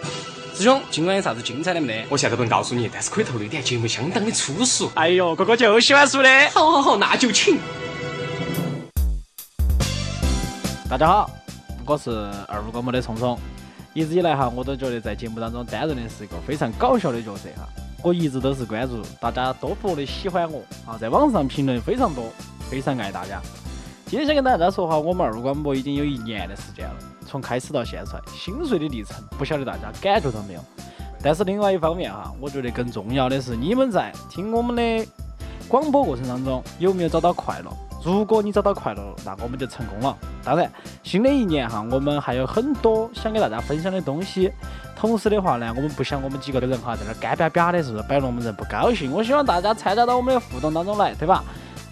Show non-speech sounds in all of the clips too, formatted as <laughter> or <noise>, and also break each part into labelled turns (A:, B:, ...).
A: 师兄，今晚有啥子精彩的没得？
B: 我现在不能告诉你，但是可以透露一点，节目相当的粗俗。
A: 哎呦，哥哥就喜欢说的。
B: 好好好，那就请。
C: 大家好，我是二五广播的聪聪。一直以来哈，我都觉得在节目当中担任的是一个非常搞笑的角色哈。我一直都是关注大家多多的喜欢我啊，在网上评论非常多，非常爱大家。今天想跟大家说哈，我们二五广播已经有一年的时间了，从开始到现在，心碎的历程，不晓得大家感觉到没有？但是另外一方面哈，我觉得更重要的是你们在听我们的广播过程当中有没有找到快乐？如果你找到快乐了，那我们就成功了。当然，新的一年哈，我们还有很多想给大家分享的东西。同时的话呢，我们不想我们几个的人哈在那儿干巴巴的，是不是摆龙门阵不高兴？我希望大家参加到我们的互动当中来，对吧？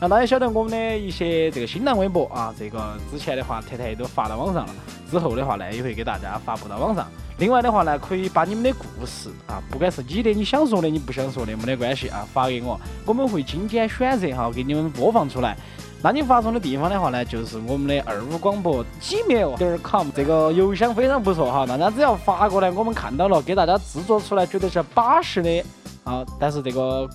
C: 让大家晓得我们的一些这个新浪微博啊，这个之前的话特特都发到网上了，之后的话呢也会给大家发布到网上。另外的话呢，可以把你们的故事啊，不管是你的你想说的，你不想说的，没得关系啊，发给我，我们会精简选择哈，给你们播放出来。那你发送的地方的话呢，就是我们的二五广播 gmail 点 com 这个邮箱非常不错哈，大家只要发过来，我们看到了，给大家制作出来，觉得是巴适的啊。但是这个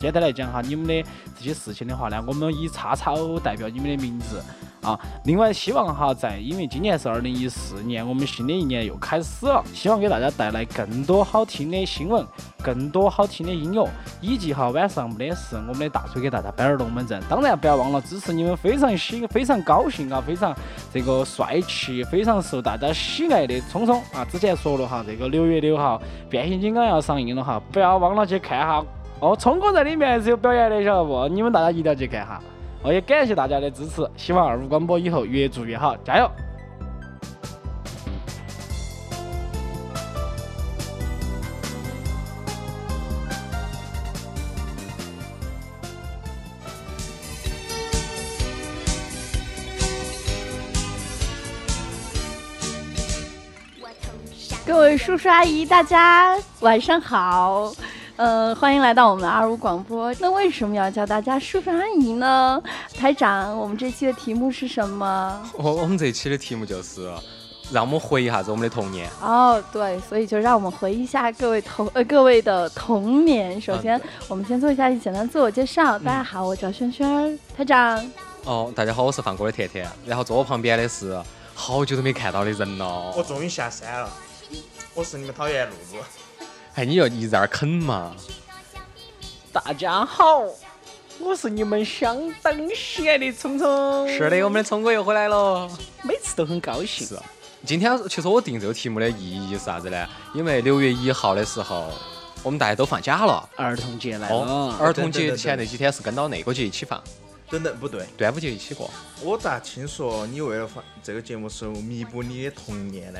C: 简单来讲哈，你们的这些事情的话呢，我们以叉叉 O 代表你们的名字啊。另外，希望哈，在因为今年是二零一四年，我们新的一年又开始了，希望给大家带来更多好听的新闻，更多好听的音乐，以及哈晚上没得事，我们的大锤给大家摆点儿龙门阵。当然，不要忘了支持你们非常喜、非常高兴啊，非常这个帅气、非常受大家喜爱的聪聪啊。之前说了哈，这个六月六号变形金刚要上映了哈，不要忘了去看哈。哦，聪哥在里面是有表演的，晓得不？你们大家一定要去看哈。哦，也感谢大家的支持，希望二五广播以后越做越好，加油！
D: 各位叔叔阿姨，大家晚上好，呃，欢迎来到我们的二五广播。那为什么要叫大家叔叔阿姨呢？台长，我们这期的题目是什么？
B: 我哦我们这期的题目就是让我们回忆一下子我们的童年。
D: 哦，对，所以就让我们回忆一下各位童呃各位的童年。首先，
B: 嗯
D: 我们先做一下简单自我介绍。大家好，我叫轩轩，台长。
B: 哦，大家好，我是放歌的甜甜，然后坐我旁边的是好久都没看到的人
E: 我
B: 了。
E: 终于下山了，我是你们讨厌的露露。
B: 哎，你要一直在那儿啃嘛？
C: 大家好，我是你们相当喜爱的聪聪，
B: 是的，我们的聪哥又回来了。
C: 每次都很高兴。
B: 是，啊今天其实我定这个题目的意义是啥子呢？因为六月一号的时候，我们大家都放假了。
C: 儿童节来了，
B: 哦，儿
E: 对对
B: 童节
E: 对对
B: 前那几天是跟到那个节一起放，
E: 等等，不对，
B: 端午节一起过。
E: 我咋听说你为了发这个节目是弥补你的童年呢？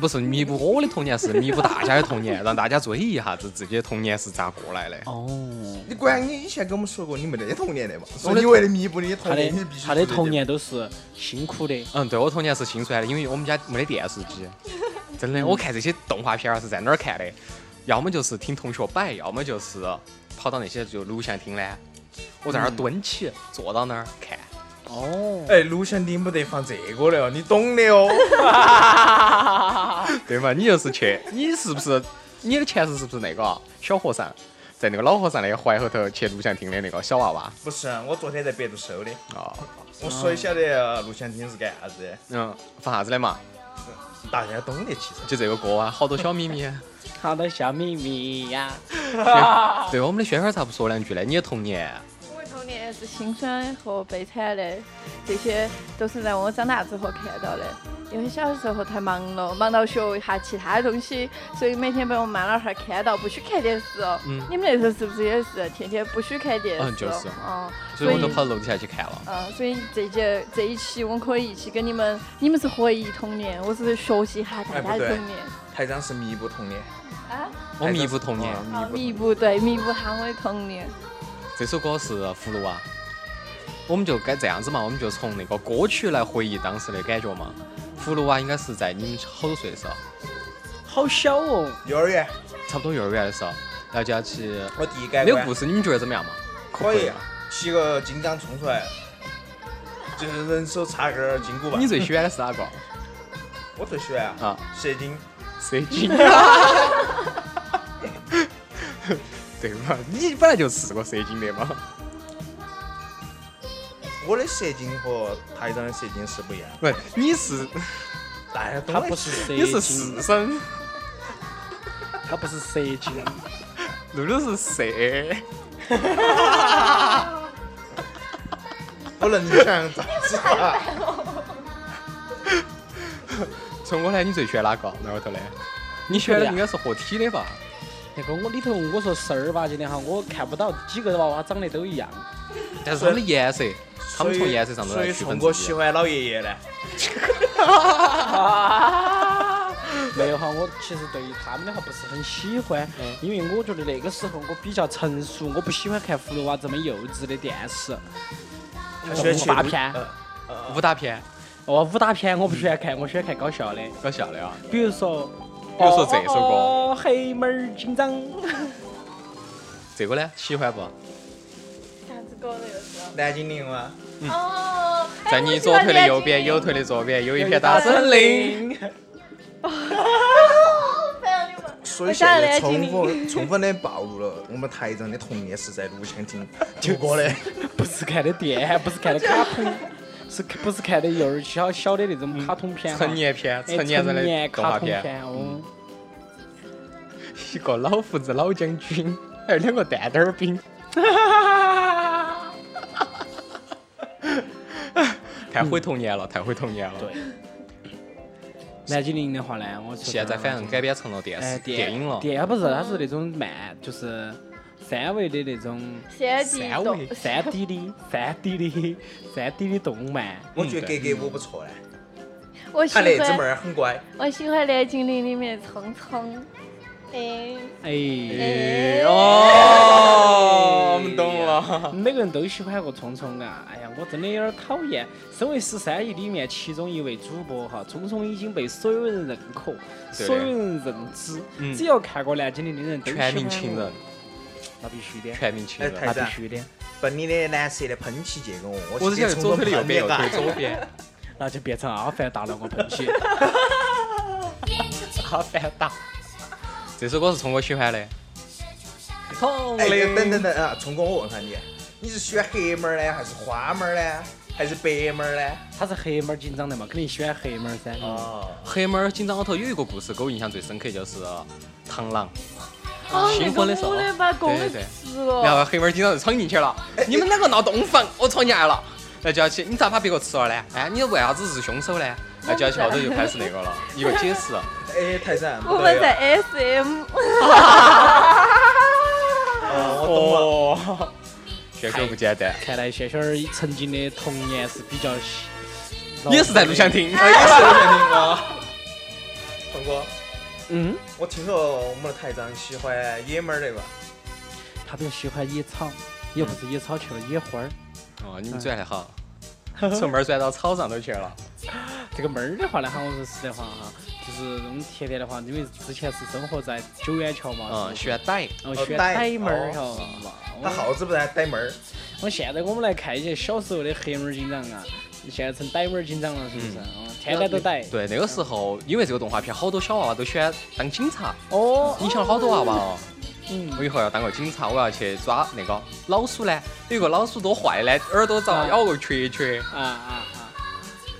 B: 不是弥补我的童年，是弥补大家的童年， <laughs> 让大家追忆一下子自己的童年是咋过来的。
C: 哦，
E: 你管你以前跟我们说过你没得童年的嘛？
B: 我
E: 说
B: 的
E: 你为了弥补你的童
C: 他
B: 哎
E: 年，你必
C: 的
E: 须
C: 他
E: 做这个
C: 的
E: 节目
C: 童年都是辛苦的，
B: 嗯，对我童年是心酸的，因为我们家没得电视 <laughs> 机，真的，我看这些动画片儿是在哪儿看的？要么就是听同学摆，要么就是跑到那些就录像厅呢，我在那儿蹲起，坐到那儿看。
C: 哦，
E: 哎，录像厅不得放这个的哦，你懂的哦。
B: <laughs> 对嘛？你就是去，你是不是你的前世是不是那个啊小和尚，在那个老和尚的怀后头去录像厅的那个小娃娃
E: 不是，啊我昨天在百度搜的，
B: 啊？
E: 我谁晓得录像厅是干啥子的？
B: <laughs> 嗯，放啥子的嘛？
E: 大家懂的其实。
B: 就这个歌啊，好多小秘密 <laughs> 啊。
C: 好的小秘密呀，
B: 对我们的轩轩咋不说两句呢？你的童年，
D: 我的童年也是辛酸和悲惨的，这些都是在我长大之后看到的。因为小时候太忙了，忙到学一下其他东西，所以每天被我妈老汉儿看到不许看电视哦。
B: 嗯
D: 你们那时候是不是也是天天不许看电视？
B: 嗯就是
D: 嗯，
B: 所以我都跑到楼底下去看了。
D: 嗯，所以这节这一期我可以一起跟你们，你们是回忆童年，我是学习一下
E: 哎
D: 大家
E: 不
D: 的
E: 对
D: 童年。
E: 台长是弥补童年，
D: 啊，
B: 我弥补童年
E: 台，长啊
D: 好
E: 是
D: 弥。补对弥补下我的童年。
B: 这首歌是《葫芦娃》。我们就该这样子嘛，我们就从那个歌曲来回忆当时的感觉嘛。葫芦娃应该是在你们好多岁的时候，
C: 好小哦，
E: 幼儿园，
B: 差不多幼儿园的时候，然后就要去
E: 我第一改
B: 那个
E: 观
B: 故事你们觉得怎么样嘛？
E: 可以
B: 啊。，
E: 骑个金刚冲出来，就是人手插根儿金箍棒
C: <laughs>
B: 你。最喜欢的是哪个？
E: 我最喜欢啊，
B: 啊，
E: 射精，
B: 蛇
C: <laughs>
B: 精。对嘛？你本来就是个蛇精的嘛。
E: 我的蛇精和台长的蛇精是不一样，
B: 不，你是
E: 大家懂
C: 他
E: 的
C: 不是蛇
B: 你
C: 精，
B: 是士绅，
C: 他不是蛇精，
B: <laughs> 露露是蛇。
E: 不能想咋子啊？
B: 从我来，你最喜欢哪个？哪个头嘞？你喜欢的应该是合体的吧？
C: 那个我里头我说十儿八经的哈，我看不到几个娃娃长得都一样，
B: 但是他们的颜色， <laughs> 他们从颜色上头
E: 所
B: 来
E: 以
B: 区
E: 从
B: 分
E: 我
B: 自己
E: 喜。欢老爷爷呢，
B: <laughs>
C: 没有哈，我其实对于他们的话不是很喜欢，
B: 嗯
C: 因为我觉得那个时候我比较成熟，我不喜欢看葫芦娃这么幼稚的电视，
E: 他喜欢
C: 武
E: 去
C: 打
E: 撸
C: 片，
E: 呃
B: 武打片，
C: 哦，武打片我不喜欢看，我喜欢看搞笑的，
B: 搞笑的啊。
C: 比如说，
B: 比如说这首歌
C: 哦，黑猫儿警
B: <laughs>
C: 长，
B: 这个呢，喜欢不？
D: 啥子歌的又是？
E: 蓝精灵吗？
D: 哦，哎
B: 嗯在你左腿的右边，右。
D: 我喜欢眼睛
B: 腿的左边，有一片大森林。 <laughs>
D: 好烦啊你们
E: 所以现在充 <laughs> 分充分的暴露了我们台长的童年是在录像厅度过的。
B: 嗯
C: 不是看的电，不是 <laughs> 看的卡通，是不是看的幼儿小小的那种卡通片哈？
B: 嗯成年片，
C: 哎
B: 成年人的动
C: 卡
B: 画
C: 通
B: 片，嗯
C: 片哦。
B: 一个老胡子老将军，还有两个蛋蛋儿 <laughs> 兵。太毁童年了，太毁童年了。
C: 对蓝精灵的话呢，我觉得
B: 现在反正改编成了电
C: 哎
B: 视电影了，
C: 电不是，它是那种慢，就是三维的那种
B: 哦
D: 三 D
B: 三
D: 动
B: 维
C: 三 D 的三 D 的三 D 的动漫。
E: 我觉得格格巫不错呢，
D: <laughs> 我喜
E: 她那只妹
D: 欢，
E: 儿很乖。
D: 我喜欢《蓝精灵》里面聪聪。哎，
C: 哎，
B: 哎哦，我们懂了。
C: 每个人都喜欢个聪聪啊！哎呀，我真的有点讨厌。身为十三亿里面其中一位主播哈，聪聪已经被所有人认可，
B: 对
C: 所有人认知。
B: 嗯
C: 只要看过蓝精灵的人都喜欢
B: 全民情
C: 我
B: 人，，
C: 那必须的，
B: 全民情
E: 哎，
B: 人。
E: 台
C: 那必
E: 长，
C: 须的，
E: 把你的蓝色的喷漆借给我，
B: 我
E: 我
B: 只
E: 去
B: 想
E: 给
B: 左
E: 聪聪
B: 腿的右
E: 喷
B: 边，
E: 点
B: 右
E: 嘎
B: 腿。左边。
C: 那就变成阿凡达了，我喷
B: <laughs>
C: 起。
B: 阿凡达。这首歌是从我喜欢的。同
E: 哎，
B: 龄
E: 等等等啊，聪哥，我问下你，你是喜欢黑猫儿呢，还是花猫儿呢，还是白猫儿呢？
C: 他是黑猫警长的嘛，肯定喜欢黑猫噻。
E: 哦，
B: 黑猫儿警长里头有一个故事给我印象最深刻，就是螳螂，
D: 哦，
B: 新
D: 那
B: 婚
D: 个
B: 的时候
D: 母的把公
B: 对
D: 的
B: 对
D: 吃
B: 然
D: 了。
B: 后黑猫儿警长就闯进去了，你们两个闹洞房，我闯进来了，然后就要去，你咋把别个吃了呢？哎，你为啥子是凶手呢？然后就要去后头就开始那个了，一个解释，
E: 哎，台长，
D: 我
E: 不对哦
D: 们在 SM，
E: 哦，我懂了。
B: 哦，轩哥不简单，
C: 看来轩轩儿曾经的童年是比较喜，
B: 也是在录像厅，哦
E: 哎，也是录像厅啊。聪哥，
C: 嗯，
E: 我听说我们的台长喜欢野猫儿的吧？
C: 他比较喜欢野草，也不是野草去了，野花儿。
B: 哦，你们转得好，从门儿转到草上头去了，
C: 这个妹儿的话呢，喊我说实在话哈，就是我们甜甜的话，因为之前是生活在九眼桥嘛，
B: 嗯，
C: 是
B: 喜欢逮，
C: 吧，然后喜
E: 哦
C: 欢逮妹儿，
E: 哦
C: 晓得嘛。
E: 他耗子不然逮猫儿。
C: 我现在我们来看一些小时候的黑猫儿警长啊，现在成逮猫儿警长了，是不是？哦，天天都逮。
B: 对，那个时候因为这个动画片，好多小娃娃都喜欢当警察，
C: 哦，
B: 影响了好多娃娃哦。
C: 嗯，
B: 我以后要当个警察，我要去抓那个老鼠呢。有一个老鼠多坏呢，耳朵遭咬个缺缺，
C: 啊啊啊！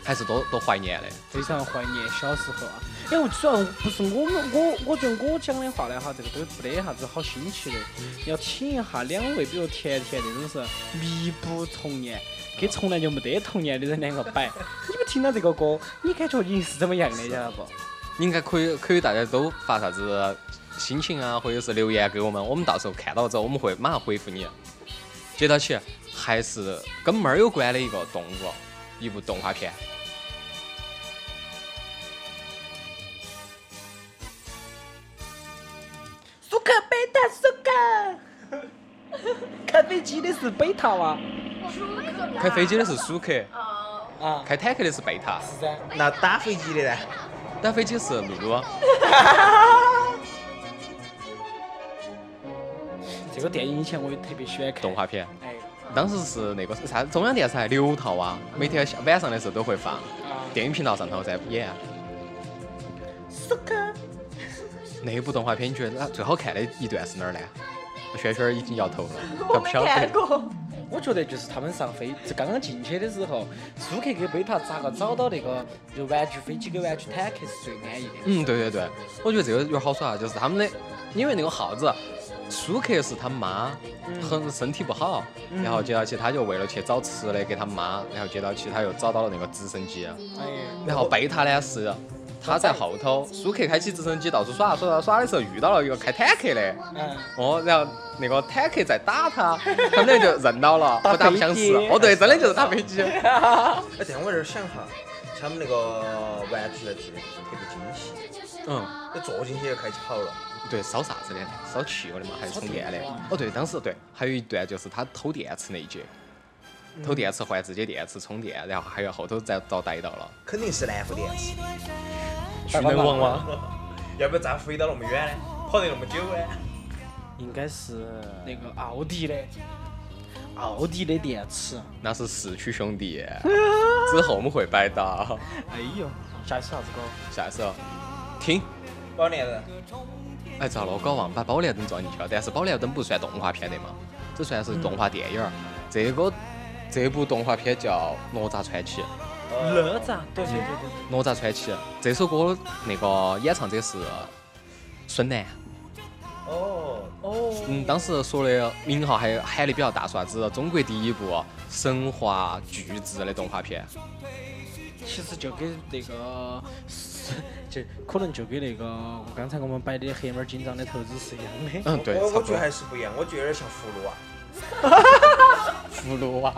B: 还是多多怀念的。
C: 非常怀念小时候啊。哎，我主要不是我们，我我觉得我讲的话呢哈，这个都没得啥子好新奇的，
B: 嗯
C: 要听一下两位，比如甜甜那种是弥补童
B: 嗯
C: 年。跟从来就没得童年的人两个
B: <laughs>
C: 摆，你们听到这个歌，你感觉你是怎么样的，晓得不？
B: 你应该可以，可以大家都发啥子心情啊，或者是留言给我们，我们到时候看到之后，我们会马上回复你。接到起还是跟猫儿有关的一个动物，一部动画片。
C: 苏克贝塔，苏克，开飞机的是贝塔啊哇，
B: 开飞机的是舒克，
C: 啊，
B: 开坦克的是贝塔，
C: 是噻，
E: 那打飞机的呢？
B: 打飞机是露露。
C: 这个电影以前我也特别喜欢看，
B: 动，画片，
C: 哎，
B: 当时是那个啥中央电视台六套啊，每天下晚
D: 啊
B: 上的时候都会放。
C: 啊，
B: 电影频道上头在演。
C: 苏克
B: 那部动画片你觉得它最好看的一段是哪儿呢？轩轩已经摇头了，
D: <laughs> 我
B: 他不
D: 没
B: 晓
D: 看
B: 得。
D: 过。
C: 我觉得就是他们上飞，就刚刚进去的时候，舒克跟贝塔咋个找到那个就玩具飞机跟玩具坦克是最安逸的。
B: 嗯，对对对，我觉得这个有点好耍，就是他们的，因为那个耗子，舒克是他妈，
C: 嗯
B: 很身体不好，然后接到起他就为了去找吃的给他妈，然后接到起他又找到了那个直升机，啊
C: 哎，
B: 然后贝塔呢是他在后头，舒克开起直升机到处耍，耍耍耍的时候遇到了一个开坦克的，
C: 嗯，
B: 哦，然后那个坦克在打他，他们俩就认到了，
C: <laughs> 打
B: 不打不相识
C: 飞机。
B: 哦，对，真的就是打
C: <laughs>
B: 飞机。
E: 哎，但我有点想哈，他们那个玩具设计的就是特别精细，
B: 嗯，
E: 那坐进去就开始跑了。
B: 对，烧啥子的？烧汽油的嘛，还有充电的
C: 烧电啊。
B: 哦，对，当时对，还有一段就是他偷电池那一节，偷电池换自己电池充电，然后还有后头再遭逮到了，
E: 肯定是蓝湖电池，
B: 徐能王吗？
E: 要不然咋飞到那么远呢？跑得那么久呢？
F: 应该是
C: 那个奥迪的，奥迪的电池。
B: 那是四驱兄弟，之后我们会摆到。
C: <laughs> 哎呦，下一首啥子歌？
B: 下一首，听。
E: 老年人，
B: 哎，遭了，搞忘把《宝莲灯》撞进去了。但是《宝莲灯》不算动画片的嘛，这算是动画电影
C: 嗯
B: 儿。这个这部动画片叫《哪吒传奇》。
C: 哪吒，对对对对。
B: 哪吒传奇这首歌那个演唱者是孙楠，
E: 哦，
B: 嗯，当时说的名号还喊的比较大，说啥子中国第一部神话巨制的动画片，
C: 其实就跟那个，就可能就跟那个刚才我们摆的黑猫警长的投资是一样的。
B: 嗯，
E: 我
B: 对，差
E: 我
B: 不
E: 觉得
B: 多。
E: 还是啊不一样，我觉得有点像葫芦娃、
B: 葫芦娃，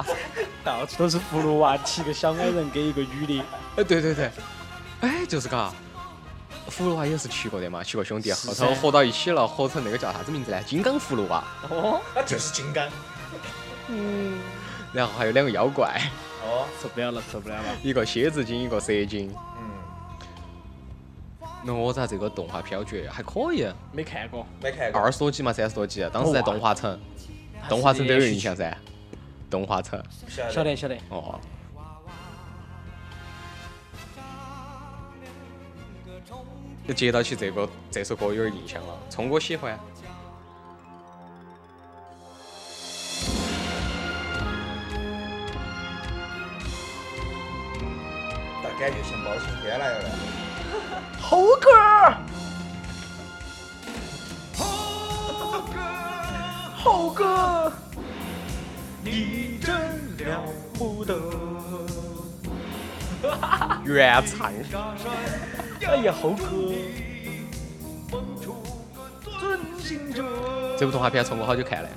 C: 到处都是葫芦娃，七个小矮人跟一个女的。
B: 哎，对对对，哎，就是嘎。葫芦娃也是七个的嘛，七个兄弟，后
C: 噻
B: 头合到一起了，合成那个叫啥子名字呢？金刚葫芦娃，
C: 哦，
E: 那就是金刚。
B: 然后还有两个妖怪，
E: 哦，
C: 受不了了，受不了了。
B: 一个蝎子精，一个蛇精。
E: 嗯，
B: 哪吒这个动画片，我觉得还可以，
C: 没看过，
E: 没看过。
B: 二十多集嘛，三十多集，当时在动画城，
C: 啊
B: 动画城都有印象噻，啊动画城，
E: 晓
C: 晓得晓得。
B: 哦，就接到起这个这首歌有点印象了，聪哥喜欢，
E: 大感觉像包青天来了。
B: 原唱，
C: 哎呀，猴哥，
B: 这部动画片聪哥好久看的，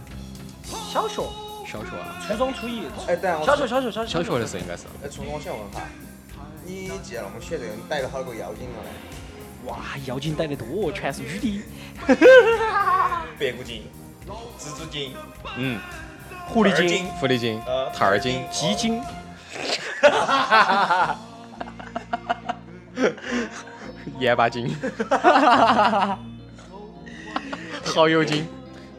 C: 小学
B: 小学啊，
C: 初中初一，
E: 哎，等下我
C: 小学小学小学
B: 小学的时候应该是，
E: 哎，聪聪，我想问哈，你既然那么喜欢这个，你逮了好多妖精了呢？
C: 哇，妖精逮得多，全是女的。
E: 白骨精、蜘蛛精、
B: 嗯，
C: 狐狸
E: 二
C: 精、
E: 精
B: 狐狸精
E: 呃、
B: 兔儿精、
C: 鸡
B: <laughs>
C: 精，
B: 盐巴 <laughs> 精，蚝油精，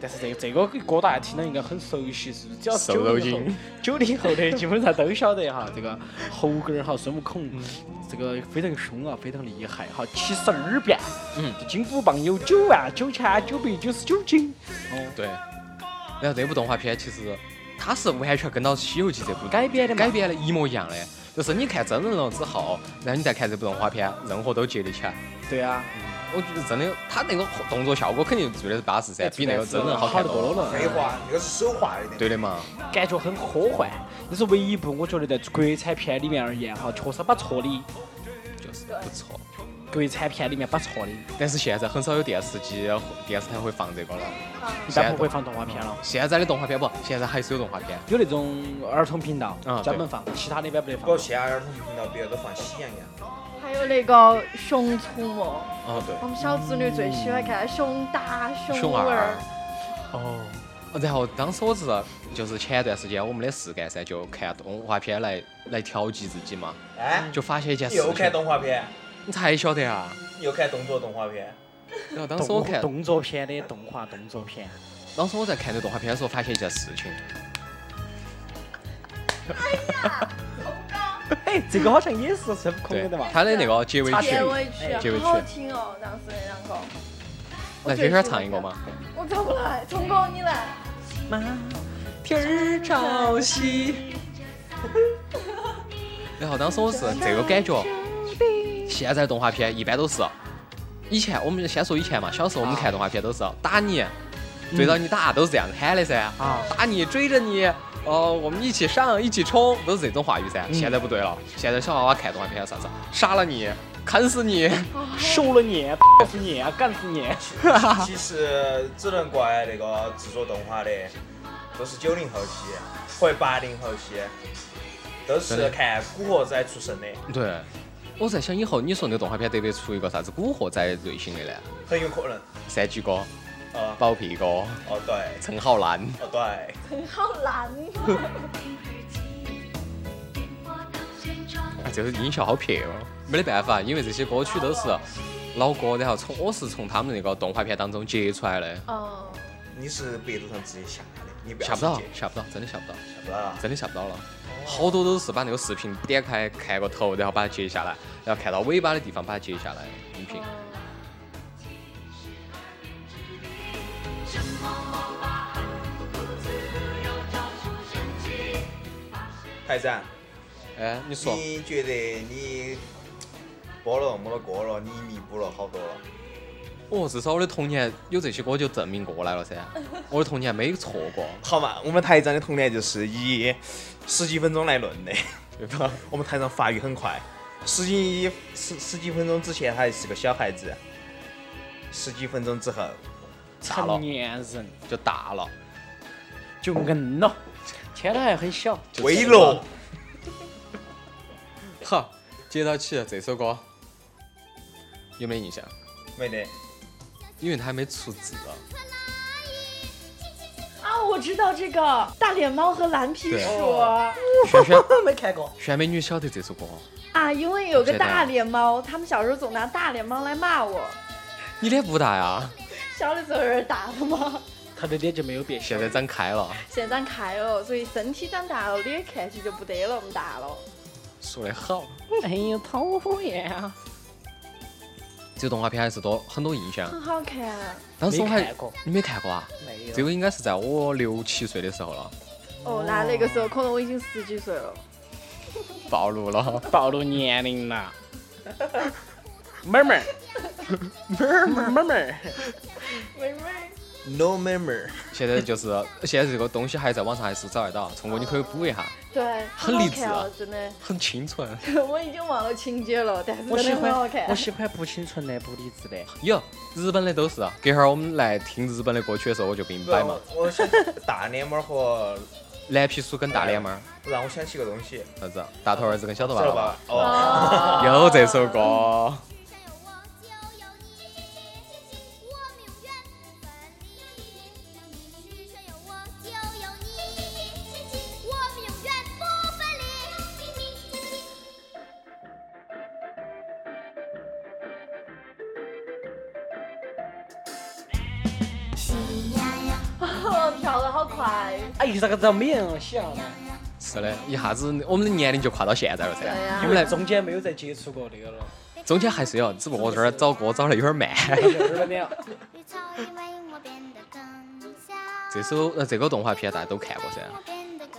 C: 但是这个这个歌大家听了应该很熟悉，是不是？只要是
B: 瘦肉
C: 90后
B: 精，
C: 九零后的基本上都晓得
B: <laughs>
C: 哈，这个猴哥儿哈，孙悟空，
B: 嗯
C: 这个非常凶啊，非常厉害哈，七十二变，
B: 嗯，
C: 金箍棒有九万九千九百九十九斤，哦，
B: 对，然后这部动画片其实它是完全跟到《西游记》这部
C: 改编的嘛
B: 改编的一模一样的，就是你看真人了之后，然后你再看这部动画片，任何都接得起来。
C: 对啊，
B: 我觉得真的，它那个动作效果肯定做的是巴适噻，比那个真人好
C: 好
B: 看哦
C: 得
B: 多
C: 多
B: 了。
C: 了，
E: 废话，那个是手画的。
B: 对的嘛，
C: 哎感觉很科幻。这是唯一一部我觉得在国产片里面而言哈，确实把错的，
B: 就是不错。
C: 国产片里面把错的，
B: 但是现在很少有电视机、电视台会放这个了。
C: 一
B: 现
C: 般嗯
B: 在嗯
C: 不会放动画片了。
B: 现在的动画片不，现在还是有动画片。
C: 有那种儿童频道
B: 啊对
C: 专门放，其他的一般不得
E: 不
C: 放
E: 过。现在儿童频道比较多放喜羊羊。
D: <laughs> 还有那个《熊出没》，
B: 哦，对。
D: 我们小侄女最喜欢看熊大、
B: 熊
D: 二
B: 二。。哦。然后当时我是就是前段时间我们的事干噻，就看动画片来来调剂自己嘛，
C: 嗯
E: 哎，
B: 就发现一件
E: 你
B: 事
E: 又看
B: 情，
E: 动画片，
B: 你才晓得啊。
E: 你又看动作动画片，
B: 然后当时我
C: 动
B: 看，
C: 动作片的动画动作片，
B: 当时我在看这动画片的时候，发现一件事情，
C: 哎，这个好像也是孙悟空
B: 对
C: 的嘛，。
B: 它的那个结尾
C: 插
B: 曲
D: 结，尾曲
B: 结尾曲
D: 好好听哦，当时那两个。
B: 来，
D: 最
B: 轩轩
D: 喜欢
B: 唱一个
D: 的
B: 嘛。
D: 我唱不来，聪哥你来。
B: 然后当时我是这个感觉，现在动画片一般都是，以前我们先说以前嘛，小时候我们看动画片都是打你，追到你打，都是这样子喊的噻，
C: 啊
B: 打你追着你，哦，我们一起上，一起冲，都是这种话语噻。现在不对了，现在小娃娃看动画片要啥子，杀了你，砍死你，
D: 哦
C: 收了你，死你，啊干死你！
B: <laughs>
F: 其实只能怪那个制作动画的，都是九零后期或者八零后期，都是看《古惑仔》出身的，
B: 对。我在想以后你说那动画片得不得出一个啥子古惑仔类型的呢？
F: 很有可能。
B: 山鸡哥、
F: 啊、
B: 宝屁哥、
F: 哦对，
B: 陈浩南，
F: 哦对，
D: 好难
B: 哎，这个音效好撇哦。没得办法，因为这些歌曲都是老歌，然后从我是从他们那个动画片当中截出来的，
D: 哦，
E: 你是百度上直接下的，你不要
B: 下不
E: 直
B: 到
E: 接，
B: 下不到，真的下不到，
F: 晓不到。
B: 真的下不到了。好多都是把那个视频点开看个头，然后把它截下来，然后看到尾巴的地方把它截下来，音频。
D: 哦
F: 台长，
B: 哎，你说
F: 你觉得你播了那么多歌了，你弥补了好多了？
B: 哦，至少我的童年有这些歌就证明过来了噻，我的童年没错过。
F: 好嘛，我们台长的童年就是以十几分钟来论的，对
B: <laughs>
F: 吧？我们台长发育很快，十几十十几分钟之前还是个小孩子，十几分钟之后
B: 大了
C: 成年人
B: 就大了，
C: 就硬了，天都还很小。
B: 就
F: 微
B: 成了
F: 弱。
B: 好，接到起这首歌有没有印象？
F: 没得，
B: 因为它还没出字啊。
D: 啊，我知道这个大脸猫和蓝皮
B: 对
D: 鼠
B: 轩轩，
F: <laughs> 没看过。
B: 轩美女晓得这首歌？
D: 啊，因为有个
B: 谁的
D: 大脸猫，他们小时候总拿大脸猫来骂我，
B: 你脸不大呀？
D: 小的时候有人打的嘛，
C: 他的脸就没有变小
B: 现。在长开了，
D: 现在开了，所以身体长大了，脸看起就不得那么大了。
B: 说得好。
C: 哎呀，讨厌啊！
B: 这动画片还是多很多印象。
D: 很好看，
B: 当时我
C: 嗯没
B: 还
C: 看过
B: 你没看过啊？
C: 没
B: 这个应该是在我六七岁的时候了， <laughs>
D: 哦，那那个时候可能我已经十几岁了。
B: 暴露了。
C: 暴露年龄了。妹妹儿，妹儿妹儿妹儿，
D: 妹妹，
F: No member，
B: 现在就是现在这个东西还在网上还是找得到，聪哥你可以补一下，
D: 对，
B: 很
D: 好
B: 励志
D: 看
B: 啊
D: 哦真的，
B: 很清纯。
D: 我已经忘了情节了，但是
C: 我
D: 真
C: 喜
D: 的很好
C: 欢
D: 看
C: 我。喜欢不清纯的、不理智的。
B: 有日本的都是，隔会儿我们来听日本的歌曲的时候，我就给你
F: 不，
B: 摆嘛
F: 我。我想 <laughs> 大脸猫和
B: 蓝皮书跟大脸猫儿，
F: 让我想起个东西，
B: 啥子？啊大头儿子跟小头
F: 知
B: 娃
F: 道
B: 娃。
F: 吧？哦，
D: 啊
B: 有这首歌。
G: <laughs>
D: 跳得好快，
C: 哎呀，这个人没人想呢，
B: 是的，一下子我们的年龄就跨到现在了噻
D: 对呀。
B: 你们来
C: 中间没有再接触过这个了，
B: 中间还是有，只不过我这儿找歌找的有点
D: <laughs>
B: 慢。
C: 有点点。
B: 这首呃这个动画片大家都看过噻，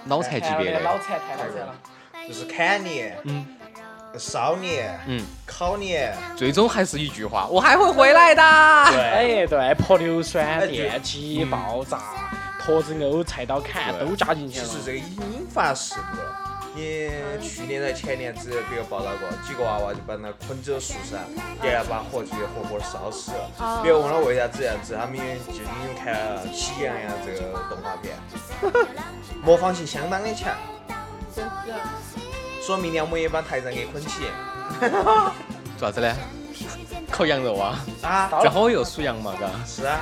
B: 脑残级别
C: 脑
B: 的，
C: 残太脑残了。
F: 就是砍你，烧你，
B: 嗯，
F: 烤你，
B: 最终还是一句话，我还会回来的。
F: 对，
C: 哎，对，泼硫
F: 哎
C: 酸、
F: 对
C: 电击、爆炸、驼子殴、菜刀砍
B: 对
C: 都加进去
F: 其
C: 了。
F: 实这个已经引发事故了。你去年在前年子别个报道过，几个娃娃就把那捆走树上，然后把火炬活活烧死了。别个问了为啥子这样子，他们就已经看了《喜羊羊》这个动画片， <laughs> 模仿性相当的强，
D: 真是
F: 说明我们也把台长给捆起
B: 做啥子呢？烤羊肉啊，
F: 啊！
B: 正好我又属羊嘛，嘎。
F: 是啊，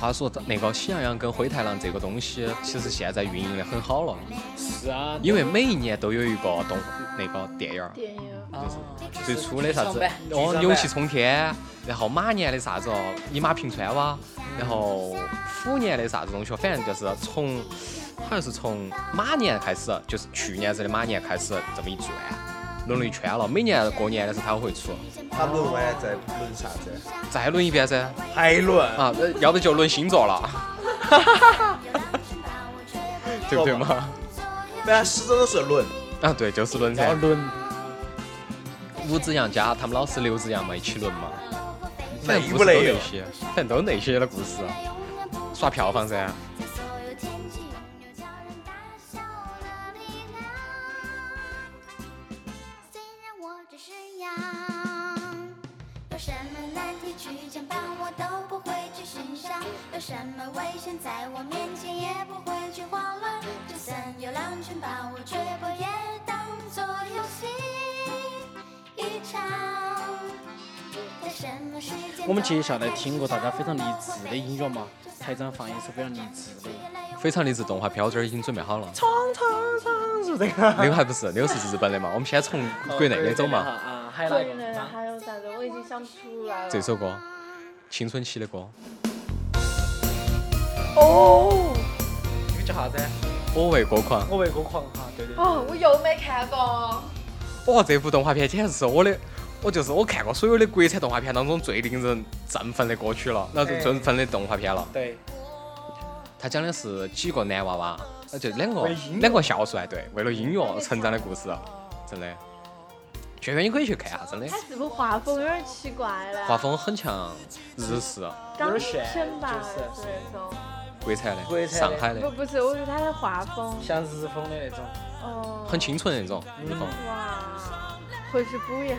B: 话说那个喜羊羊跟灰太狼这个东西，其实现在运营的很好了，
C: 是啊，
B: 因为每一年都有一个动那个电影儿，
D: 电影
B: 就是最初的啥
H: 剧场
B: 子
H: 版
F: 剧场
B: 哦
F: 版
B: 牛气冲天，然后马年的啥子哦一马平川哇，然后虎年的啥子东西哦，反正就是从好像是从马年开始，就是去年子的马年开始这么一转，轮了一圈了。每年过年的时候它会出，
F: 他论完了再论啥子？
B: 再轮一遍噻
F: 还论？
B: 啊，呃要不就轮星座了， <laughs> 对不对嘛？
F: 反正始终都是论。
B: 啊，对，就是轮噻
C: 要。轮
B: 五子羊加他们老师六子羊嘛，一起轮嘛。
F: 累
B: 反
F: 不
B: 正故事
F: 累
B: 都
F: 哟
B: 那些，嗯反正都那些的故事，刷票房噻。
G: 我只是羊，有什么难题去牵绊，我都不会去欣赏；有什么危险在我面前，也不会去慌乱。就算有狼群把我追捕，也当作游戏一场。在什么时间？
C: 我们接下来听过大家非常励志的音乐嘛，台长放一首非常励志的，
B: 非常励志动画片，我这儿已经准备好了。 <laughs> 那个还不是，那个是日本的嘛。我们先从国内的走嘛。
C: 啊，还有哪
D: 对
C: 一个？
D: 呢，还有啥子？我已经想不出来了。
B: 这首歌，青春期的歌。
D: 哦
C: 那个叫啥子？
B: 我为歌狂。
C: 我为歌狂哈，对对对。
D: 哦，我又没看过。
B: 哇，这部动画片简直是我的，我就是我看过所有的国产动画片当中最令人振奋的歌曲了，那是振奋的动画片了。
C: 对，
B: 它讲的是几个男娃娃，呃，就两个两个校帅，对，为了音乐成长的故事，啊真的。轩轩，你可以去看下，真的
D: 它，是不是画风有点奇怪了？
B: 画风很像日式、
D: 港
C: 有点
D: 片吧，
C: 就是
D: 是那种。
B: 国产
C: 国
B: 的、
C: 产的
B: 上海
D: 不
B: 的，
D: 不是，我觉得它的画风，
C: 像日风的那种，
D: 哦，
B: 很清纯的那种。嗯
D: 哇，回去补一下。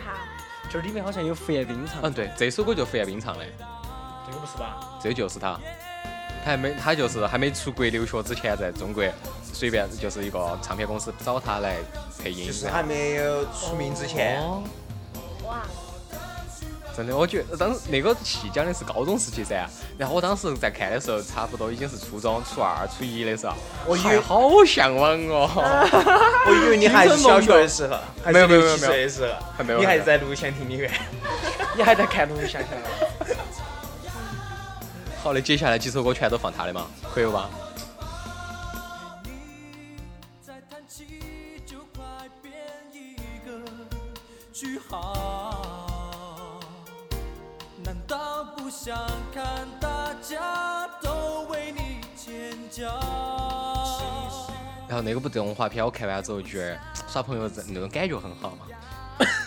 C: 就是里面好像有胡彦斌唱的
B: 嗯，，对，这首歌就是胡彦斌唱的，
C: 这个不是吧？
B: 这就是他。他还没，他就是还没出国留学之前，在中国随便就是一个唱片公司找他来配音。
F: 就是还没有出名之前，
B: 哦，
D: 哇，
B: 真的，我觉得当时那个戏讲的是高中时期噻，然后我当时在看的时候，差不多已经是初中、初二、初一的时候，我
F: 以
B: 还好向往哦，
F: <laughs> 我以为你还是小学的时候，还
B: 没
F: 是
B: 有没有
F: 六七
B: 没有
F: 岁的时
B: 还没
F: 候，
B: 有
F: 你还是在录像厅里
B: <laughs>
F: 面。
C: 你还在看录像看了？
B: 好的，接下来几首歌全都放他的嘛，可以吧？
I: 再叹气就快变一个句号。难道不想看大家都为你尖叫？
B: 然后那个部动画片我看完之后，觉得耍朋友真那种感觉很好嘛，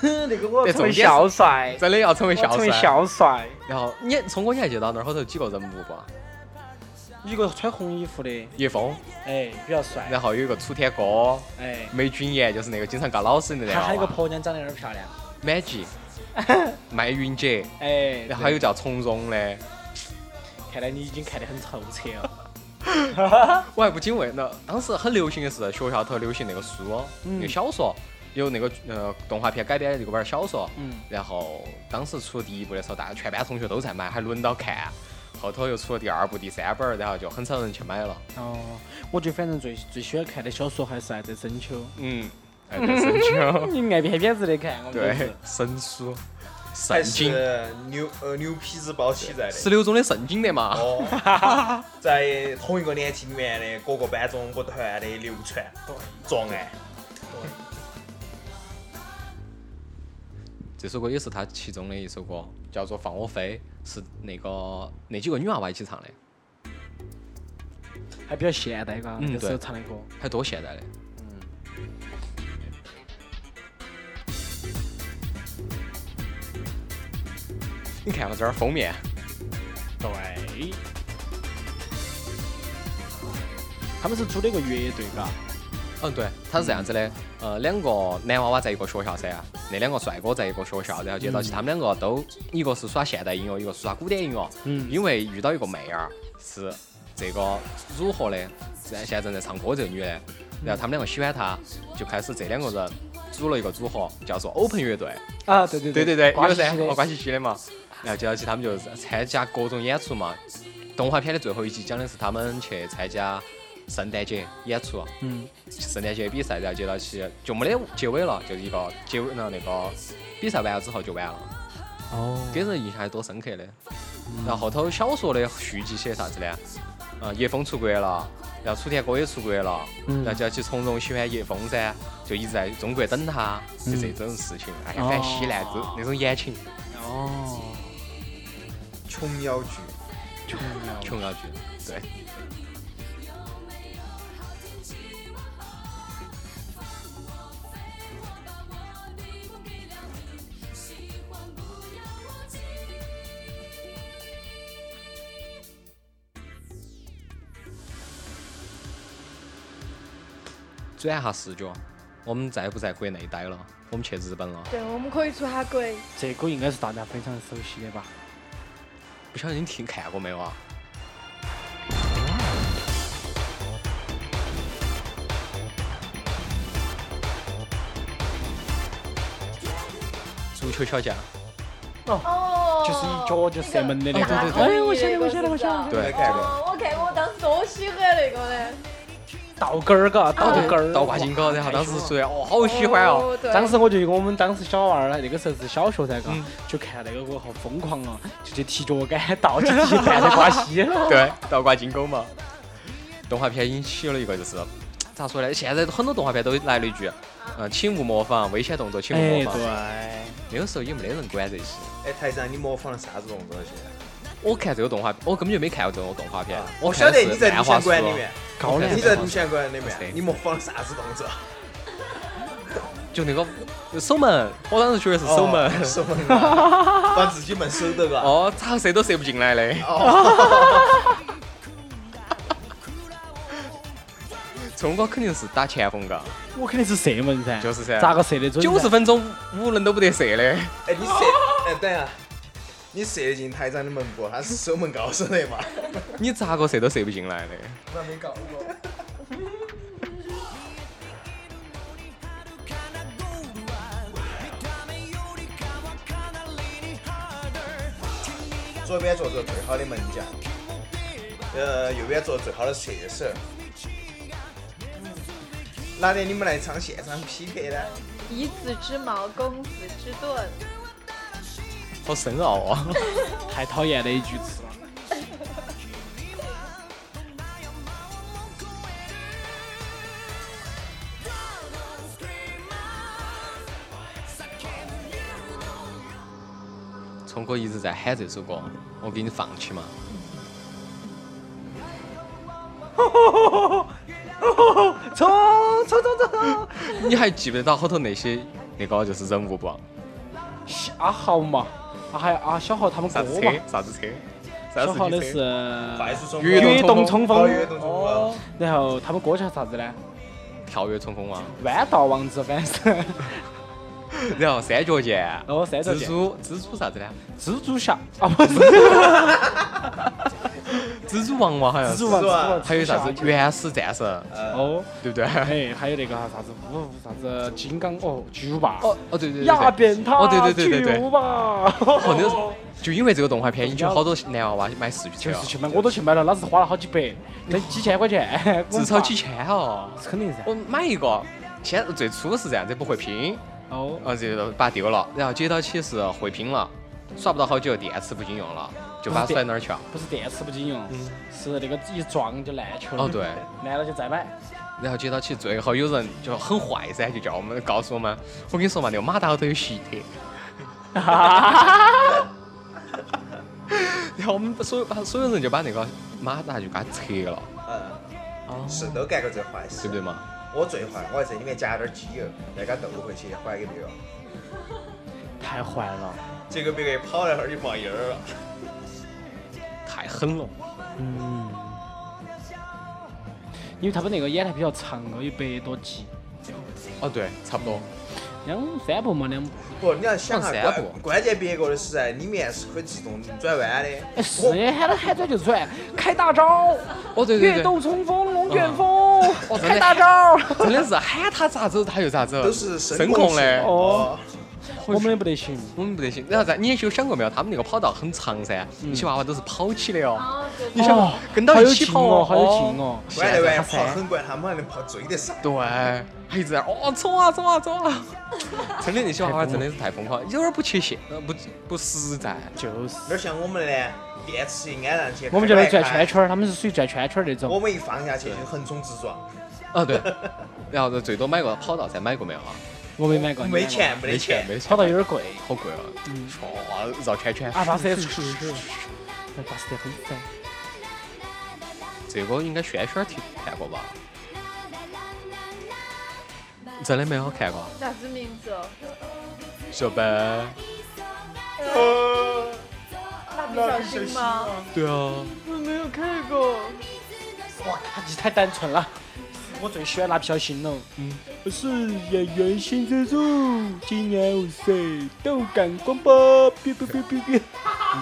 C: <laughs> 那个我
B: 要成为
C: 校
B: 校
C: 帅，
B: 真的要成为校
C: 成为
B: 帅。
C: 校帅，
B: 然后你聪哥你还记得那儿后头几个人物不？
C: 一个穿红衣服的，
B: 叶枫，
C: 哎，比较帅，
B: 然后有一个楚天哥，
C: 哎，
B: 梅君妍就是那个经常告老师的那
C: 还还有一个
B: 个娃娃
C: 婆娘长得有点漂亮，
B: ，Magic，麦
C: <laughs>
B: 云姐，
C: 哎，
B: 然后还有叫从容的。
C: 对看来你已经看得很透彻了。
B: 我还不禁问呢，当时很流行的是学校头流行那个书哦，那
C: 嗯
B: 个小说，有那个呃动画片改编的那个本儿小说，
C: 嗯
B: 然后当时出第一部的时候，大家全班同学都在买，还轮到看，后头又出了第二部、第三本儿，然后就很少人去买
C: <laughs>
B: 了。
C: <laughs> 哦，我就反正最最喜欢看的小说还是《爱在深秋
B: 嗯，爱的深秋》，，
C: 你爱片片子的看，我们都
B: <laughs> 对
C: 是，
B: 神书，圣
F: 还
B: 经，
F: 是牛呃牛皮纸包起在的。
B: 十六中的圣经的嘛。 <laughs>
F: 哦，在同一个年级里面的各个班中各团的流传作案。
B: 这首歌也是他其中的一首歌，叫做《放我飞》，是那个那几个女娃娃一起唱的，
C: 还比较现代嘎，
B: 嗯
C: 那个时候
B: 对
C: 唱的歌。
B: 还多现代的。你看嘛，这儿封面，
C: 对，他们是组了一个乐队嘎，
B: 嗯，对，他是这样子的，呃，两个男娃娃在一个学校噻，那两个帅哥在一个学校，然后接到起他们两个都，一个是耍现代音乐，一个是耍古典音乐，
C: 嗯
B: 因为遇到一个妹儿是这个组合的，现现在正在唱歌这个女的，然后他们两个喜欢她，就开始这两个人组了一个组合，叫做 Open 乐队，
C: 啊，对对
B: 对对对，有噻，
C: 有
B: 哦，关西西的嘛。然后接到起他们就参加各种演出嘛，动画片的最后一集讲的是他们去参加圣诞节演出，啊
C: 嗯，
B: 圣诞节比赛，然后接到起就没得结尾了，就是一个结尾，然后那个比赛完了之后就完了，
C: 哦，
B: 给人印象还多深刻的。
C: 嗯
B: 然后后头小说的续集写啥子呢？嗯，叶枫出国了，然后楚天哥也出国了，
C: 嗯
B: 然后就要去从容喜欢叶枫噻，就一直在中国等他，就这种事情，哎呀，
C: 哦
B: 反正稀烂子那种言情，
C: 哦，
E: 琼瑶剧，
B: 琼瑶剧，对。转下视角，我们再不在国内待了，我们去日本了。
D: 对，我们可以出下国。
C: 这个应该是大家非常熟悉的吧？
B: 不晓得你听看过没有啊？足球小啊将，
D: 哦，
C: 就是一脚就射门的那
D: 那
C: 种
D: 个。
C: 哎，我晓得，我晓得，我晓得。
B: 对
F: 没看过。
D: 哦，我看过，我当时多喜欢那个嘞。
C: 倒根儿嘎，倒根儿，
B: 倒挂金钩，然后当时说哦，好喜欢哦。
D: 对
C: 当时我就我们当时小娃儿那个时候是小学噻，嘎
B: 嗯，
C: 就看那个我好疯狂啊，就去踢脚杆，倒起踢弹着挂稀。
B: 对，倒挂金钩嘛。动画片引起了一个就是咋说呢？现在很多动画片都来了一句，嗯，请勿模仿危险动作，请勿模
C: <laughs> 哎，
B: <laughs> 仿。
C: 对，
B: 那个时候也没得人管这些。
F: 哎，台长，你模仿了啥子动作现在？
B: 我看这个动画，我根本就没看过这种动画片。
F: 啊我
B: 看
F: 晓
B: 的
F: 得
B: 是
F: 你在录
B: 漫画
F: 像
B: 书啊
F: 馆里面，
C: 高
B: 我
C: 粱
B: 看
F: 你
B: 的
F: 在
B: 是
F: 录像馆里
B: 对
F: 面，你模仿了啥子动作？
B: 就那个守门，我当时学的是守门。
F: 哦守门啊，把自己门守到
B: <laughs>
F: 个。
B: 哦，咋射都射不进来的。聪哥肯定是打前锋嘎，
C: 我肯定是射门噻，
B: 就是噻
C: 咋个射得准噻？
B: 九十分钟五人都不得射的。
F: 哎，你射，哎，等一下，你射进台长的门不？他是守门高手的嘛？
B: 你咋个射都射不进来的。
E: 那没搞过。
F: 左边做做最好的门将，呃，右边做最好的射手。哪天你们来一场现场 PK 呢？
D: 以子之矛攻子之盾，
B: 好深奥啊！ <laughs>
C: 太讨厌的一句 <laughs> 词了。
B: 聪哥一直在喊这首歌，我给你放起嘛。
C: 冲冲冲冲！
B: 你还记不得到后头那些那个就是人物不？
C: 阿豪嘛，啊还有阿小豪他们
B: 啥
C: 哥
B: 子
C: 嘛
B: 车，？啥子车？啥
C: 哦小
B: 子
C: 豪的
B: 司机
C: 是
B: 车？
F: 快速冲
B: 越
F: 锋，
C: 跃动
B: 动
C: 冲
B: 冲
C: 锋
F: 哦跃动，冲锋
C: 哦然后他们哥叫啥子呢？
B: 跳跃冲锋嘛。
C: 弯道王子，反
B: <laughs>
C: 正
B: 然后三角剑。
C: 哦三角
B: 蜘
C: 剑
B: 蛛蜘蛛啥子呢？
C: 蜘蛛侠啊不是 <laughs> 蜘
B: 蜘蛛王嘛好像是
C: 蛛。王
F: 蜘蛛
C: 子
F: 啊，
B: 还有啥子原始战神，
F: 呃
C: 哦，
B: 对不对？
C: 哎，还有那个啥子五五啥子金刚哦，巨无霸
B: 哦哦对对对
C: 压
B: 对。
C: 扁他，
B: 哦对对对对对
C: 巨无霸， <laughs>
B: 哦，那个就因为这个动画片，引起好多男娃娃买四驱车
C: 就
B: 了
C: 是，去买，我都去买了，那是花了好几百，那几千块
B: <laughs>
C: 钱，
B: 至少几，千哦。
C: 肯定噻。
B: 我买一个，先最初是这样子，不会啊拼，
C: 哦，
B: 然后就把它丢了，然后接到起是会拼了，耍不到好久电池不经用了，就把它甩哪儿去了。
C: 不是电池不经用，是那个一撞就烂球。
B: 嗯哦对，
C: 烂了就再
B: <laughs>
C: 买。
B: 然后接到起最后有人就很坏噻，就叫我们告诉我们，我跟你说嘛，那个马达后头有吸铁。然后我们所有把所有人就把那个马达就给它拆了，
F: 嗯，是都干过这坏
B: 对
F: 事
B: 不。对嘛？
F: 我最坏，我还在里面加点儿机油，再给它倒回去还给别个。
C: 太坏了，
F: 结果别个跑了会儿就冒烟儿了。
B: 太狠了。
C: 因为他们那个演台比较长哦，有百多集，
B: 哦，对，差不多。
C: 两三部嘛，两部。
F: 不，你要想
B: 放
F: 下
B: 三
F: 关
B: 步
F: 关键别个的是在里面是可以自动转弯的。
C: 哎，是喊他喊转就转，开大招，
B: 哦，对对哦
C: 跃
B: 对，
C: 动冲锋，龙卷风，哦开大招。
B: <laughs> 真的是喊他咋子他就咋子，
F: 都是声
B: 声控的。
F: 哦，
C: 我们也不得行。
B: 我们不得行。然后在你也有想过没有，他们那个跑道很长噻，
C: 嗯
B: 那些娃娃都是跑起的哦，
D: 哦，对
B: 你想
C: 哦
B: 跟
C: 好
B: 到
C: 有
B: 一起
C: 劲
B: 跑
C: 哦，好有劲哦。
B: 哦。
E: 玩来玩
C: 他
E: 跑
C: 噻，
E: 很快，他们还能跑追得上。
B: 对，他一直在哦冲啊冲啊冲啊，真的那些娃娃真的是太疯狂，有点不缺线，呃不不实在。
C: 就是。
F: 那像我们呢，电池一安上去，
C: 我们就在那
F: 开
C: 转
F: 开
C: 圈圈儿，他们是属于转圈圈儿那
F: 我
C: 种。
F: 们一放下去就横冲直撞，
B: 啊对，然后最多买个跑道噻，买过没有啊？
C: 我没买过，你买
F: 没
C: 过，
F: 钱没得钱，
B: 没
C: 跑
B: 钱
C: 到有点嗯贵。
B: 好贵哦，哇绕圈圈。
C: 啊阿巴斯特，阿哎巴斯特很烦。
B: 这个应该轩轩儿听看过吧？真的没有看过，
D: 啥子名字哦？
B: 小白。
D: 蜡笔小新吗？
B: 对啊，
D: 我没有看过。
C: 哇，他这太单纯了。我最喜欢蜡笔小新了。嗯，我是演员新之助，今年五岁，动感光波，哔哔哔哔哔。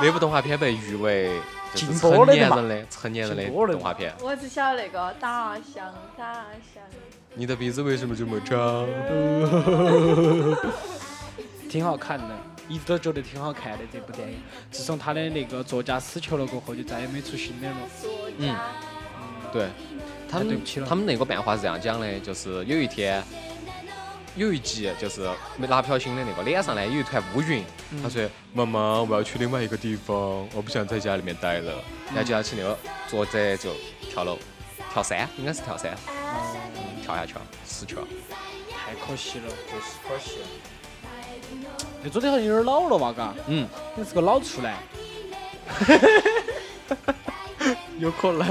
B: 那部动画片被誉为就是
C: 禁
B: 成
C: 播
B: 年
C: 了的嘛
B: 人的成年人的
C: 禁播了的
B: 动画片。
D: 我只晓得那个大象，大象。
B: 你的鼻子为什么这么
C: <laughs>
B: 长？
C: 挺好看的，一直都觉得挺好看的这部电影。自从他的那个作家死囚了过后，就再也没出新的了。
D: 作家，
B: 对，他
C: 哎对
B: 们
C: 不起了
B: 他们那个漫画是这样讲的，就是有一天，有一集就是蜡笔小新的那个脸上呢有一团乌云，他说：“妈妈，我要去另外一个地方，我不想在家里面待了。”然后就要去那个作者就跳楼，跳山应该是跳山，嗯跳下去了，死去了。
C: 太可惜了，
F: 就是 <laughs> 可惜。
C: 那作者好像有点老了哇，嘎，
B: 嗯，
C: 你是个老处男。
B: 有可能。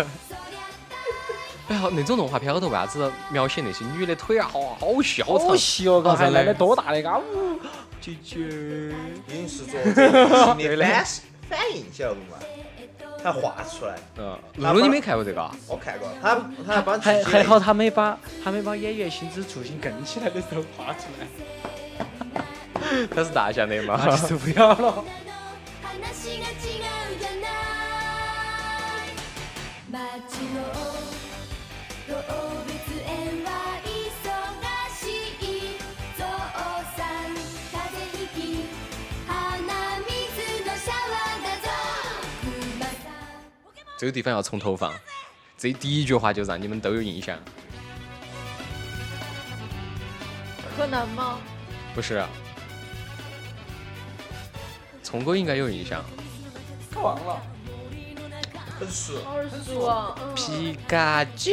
B: 哎呀，那种动画片里头为啥子描写那些女的腿啊，好好细好
C: 好
B: 长？
C: 细哦，嘎，
B: 啊
C: 还
B: 真的
C: 来得多大的嘎？呜，
B: 姐姐，
F: 影视作者你反反应晓得不嘛？他画出来，
B: 嗯，露露你没看过这 <laughs> 个啊？
F: 我看过，他他把自
C: 还
F: 己
C: 还好，他没把他没把演员薪资重新跟起来的时候画出来， <laughs>
B: 它是大象的 <laughs> 嘛？
C: 那就受不了了。
G: 話が違うじゃない街の動物園は忙しいゾウさん風邪ひき鼻水のシャワーだぞクマさん
B: 这个地方要从头放，这第一句话就让你们都有印象。
D: 柯南吗？
B: 不是，啊聪哥应该有印象。
F: 很熟，
D: 好耳熟啊！嗯
B: 皮卡丘，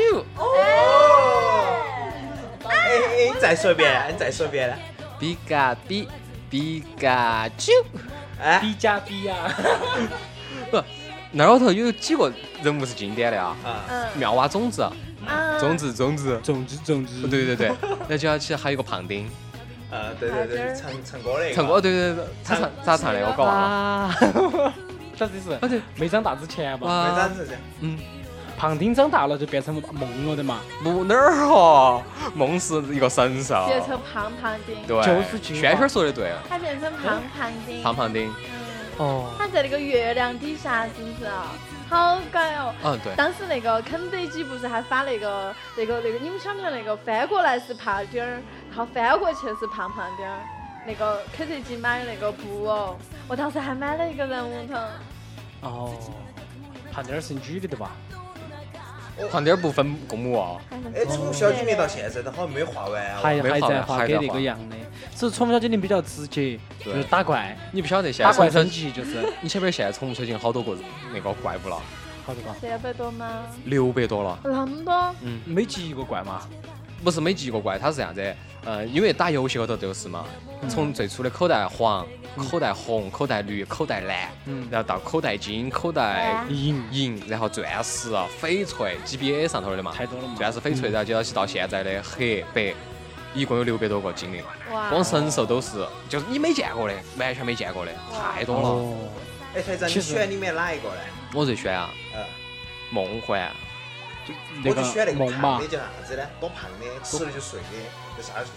F: 哎哎，你再说一遍，你再说一遍，
B: 皮卡比，皮卡丘。
F: 哎
C: 比加比呀，
B: 不，那儿头有几个人物是经典的啊？
F: 啊，
D: 嗯
B: 妙蛙种子，
D: 啊，
B: 种子，种子。
C: 种子种子，
B: 对对对，那就要去还有一个胖丁，
F: 呃，对对对，唱唱歌那个，
B: 唱歌，哦对对对，他唱咋唱的我搞忘了。
C: 啊， <laughs> 啥子意思？
B: 啊对，
C: 没长大之前嘛，
F: 没
B: 哇
F: 长，子噻，
B: 嗯，
C: 胖丁长大了就变成梦了的嘛，
B: 木哪儿哈？梦是一个神兽，
D: 变成胖胖丁，
B: 对，
C: 就是进化
B: 轩轩说的对，啊
D: 他变成胖胖丁，
B: 胖胖丁，
D: 嗯，
B: 哦，
D: 他在那个月亮底下，是不是啊？好乖哦！
B: 嗯对，
D: 当时那个肯德基不是还发那个那个那个，你们晓不晓得那个翻过来是胖丁儿，然后翻过去是胖胖丁儿？那个肯德基买的那个布偶，我当时还买了一个人物头，
C: 哦，胖丁儿是女的对吧？
B: 胖丁儿不分公母啊，
D: 还
F: 哎，
D: 是
F: 从小精灵到现在都好像没画完啊，
C: 还
B: 没
C: 还
B: 画
C: 在
B: 完
C: 画
B: 还
C: 跟
B: 在
C: 那个
B: 画
C: 一样的，只是宠物小精灵比较直接，就
B: 对
C: 是打怪，
B: 你不晓得现
C: 打
B: 在
C: 怪
B: 宠物
C: 升
B: 小，
C: 级 <laughs> 就是，
B: 你晓不晓得现在宠物小精好多个那个怪物了，
C: 好的吧？
D: 三百多吗？
B: 六百多了。
D: 那么多？
C: 每集一个怪嘛，
B: 不是每集一个怪，它是这样子，呃，因为打游戏里头就是嘛，
C: 嗯
B: 从最初的口袋黄、口袋红、口袋绿、口袋蓝，
C: 嗯
B: 然后到口袋金、口袋
C: 赢
B: 银，然后钻石、啊翡翠，GBA 上头的嘛，
C: 太多了嘛嗯
B: 钻石、翡翠，然后就要到现在的黑白，一共有六百多个精灵，
D: 哇！
B: 光神兽都是就是你没见过的，完全没见过的，太多了。
C: 哦，
F: 哎，台长，你选里面哪一个呢？
B: 我最喜欢啊，
F: 嗯，
B: 梦幻，
C: 那
F: 我就选那
C: 个
F: 个
C: 梦
F: 胖
C: 嘛
F: 的，叫啥子呢？多胖的，吃了就睡的，那啥子？